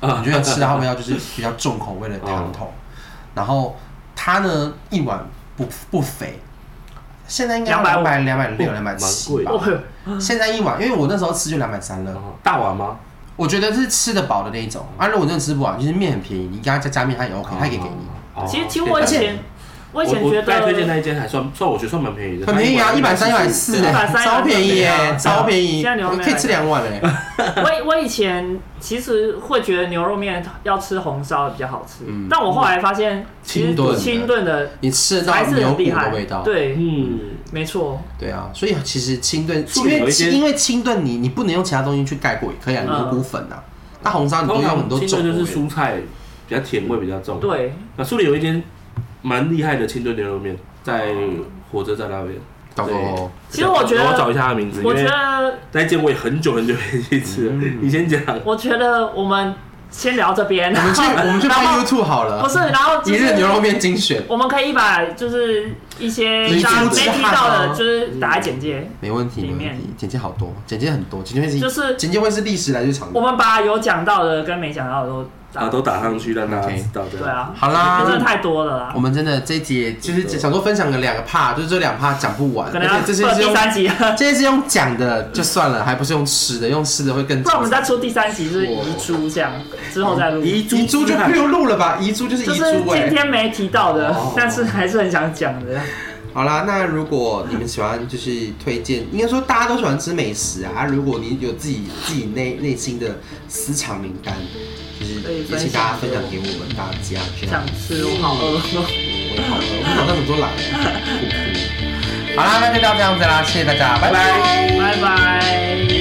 Speaker 2: 啊
Speaker 1: 你觉得吃到后面要就是比较重口味的汤头。然后它呢，一碗不不肥，现在应该两百
Speaker 3: 250
Speaker 1: 两百六、两百
Speaker 2: 蛮
Speaker 1: 七
Speaker 2: 贵
Speaker 1: 吧
Speaker 2: 的。
Speaker 3: 哦呦
Speaker 1: 现在一碗，因为我那时候吃就两百三了，
Speaker 2: 哦大碗吗？
Speaker 1: 我觉得是吃得饱的那一种。啊，如果真的吃不完，就是面很便宜，你给他加加面，他也 OK，他也可以给你。
Speaker 2: 哦。
Speaker 3: 其实其实我以
Speaker 1: 而
Speaker 3: 前我以前觉
Speaker 2: 再推荐
Speaker 3: 得。
Speaker 2: 那一间还算算，我觉得算蛮便宜的，
Speaker 1: 很便宜啊，一百三、一百
Speaker 2: 140
Speaker 1: 四，
Speaker 2: 对
Speaker 3: 130
Speaker 1: 超便宜
Speaker 3: 130
Speaker 1: 耶
Speaker 3: 啊，
Speaker 1: 超便宜，
Speaker 3: 现在牛肉
Speaker 1: 我
Speaker 3: 面
Speaker 1: 可以吃两碗欸嘞。
Speaker 3: 我我以前其实会觉得牛肉面要吃红烧的比较好吃，
Speaker 1: 嗯
Speaker 3: 但我后来发现，其
Speaker 1: 清
Speaker 3: 实
Speaker 1: 炖的
Speaker 3: 清炖的
Speaker 1: 你吃得到
Speaker 3: 还是
Speaker 1: 牛
Speaker 3: 很
Speaker 1: 骨
Speaker 3: 厉
Speaker 1: 的
Speaker 3: 害
Speaker 1: 味道，
Speaker 3: 对，
Speaker 2: 嗯，
Speaker 3: 没错，
Speaker 1: 对啊，所以其实清炖，
Speaker 2: 素
Speaker 1: 因
Speaker 2: 里有
Speaker 1: 为
Speaker 2: 一些
Speaker 1: 因为清炖你你不能用其他东西去盖过，也可以啊，
Speaker 3: 嗯
Speaker 1: 牛骨粉啊，那红烧你都
Speaker 2: 通
Speaker 1: 用
Speaker 2: 常
Speaker 1: 很多
Speaker 2: 清
Speaker 1: 种
Speaker 2: 炖就是
Speaker 1: 口味。
Speaker 2: 蔬菜比较甜味比较重。，
Speaker 3: 对，
Speaker 2: 那树里有一间蛮厉害的清炖牛肉面，在火车站那边。
Speaker 1: 到时
Speaker 2: 对
Speaker 1: 候
Speaker 3: 其实我觉
Speaker 2: 我找
Speaker 3: 得，
Speaker 2: 一下他的名字，因
Speaker 3: 我觉
Speaker 2: 为
Speaker 3: 得，
Speaker 2: 那一间我也很久很久没去吃了。
Speaker 1: 嗯
Speaker 2: 你先讲，
Speaker 3: 我觉得我们先聊这边，
Speaker 1: 我们去我们去拍
Speaker 3: 然后
Speaker 1: YouTube 好了
Speaker 3: 不，是，然后就
Speaker 1: 一日
Speaker 3: 是
Speaker 1: 牛肉面精选，
Speaker 3: 我们可以把就是一些
Speaker 1: 你
Speaker 3: 大家没
Speaker 1: 出汗
Speaker 3: 提
Speaker 1: 啊
Speaker 3: 到的，就是打在简介。
Speaker 1: 没问题
Speaker 3: 里
Speaker 1: 没
Speaker 3: 面
Speaker 1: 问题，简介好多，简介很多，简介会
Speaker 3: 就是
Speaker 1: 简介会是历史来日常
Speaker 3: 我
Speaker 1: 的。
Speaker 3: 们把有讲到的跟没讲到的都
Speaker 2: 啊，都打上去让大家知道这
Speaker 3: 对
Speaker 2: 样。
Speaker 3: 啊，
Speaker 1: 好
Speaker 3: 真的
Speaker 1: 啦，
Speaker 3: 太多了啦
Speaker 1: 我，们真的这一节就是想说分享个两个 part，就是这两 part 讲不完，
Speaker 3: 可
Speaker 1: 而
Speaker 3: 能要
Speaker 1: 且这些
Speaker 3: 做
Speaker 1: 是
Speaker 3: 第
Speaker 1: 用
Speaker 3: 三集，不
Speaker 1: 啊这些是用讲的就算了，还不是用吃的，用吃的会更。
Speaker 3: 然我们再出第三集就是遗珠这样，之后再录。
Speaker 2: 遗珠
Speaker 1: 遗珠就不用录了吧？遗珠就是遗
Speaker 3: 就是
Speaker 1: 珠
Speaker 3: 今
Speaker 1: 哎，
Speaker 3: 天没提到的
Speaker 2: 哦，
Speaker 3: 但是还是很想讲的。
Speaker 1: 好啦，那如果你们喜欢，就是推荐，应该说大家都喜欢吃美食啊。如果你有自己自己内内心的私藏名单，就是
Speaker 3: 可以
Speaker 1: 也
Speaker 3: 分享
Speaker 1: 请大家分享给我们大家这样
Speaker 3: 想。吃，我好饿哦。
Speaker 1: 我也好饿，我脑袋怎么都懒啊了。好啦，那就到这样子啦，谢谢大家，拜拜
Speaker 2: 拜
Speaker 3: 拜拜。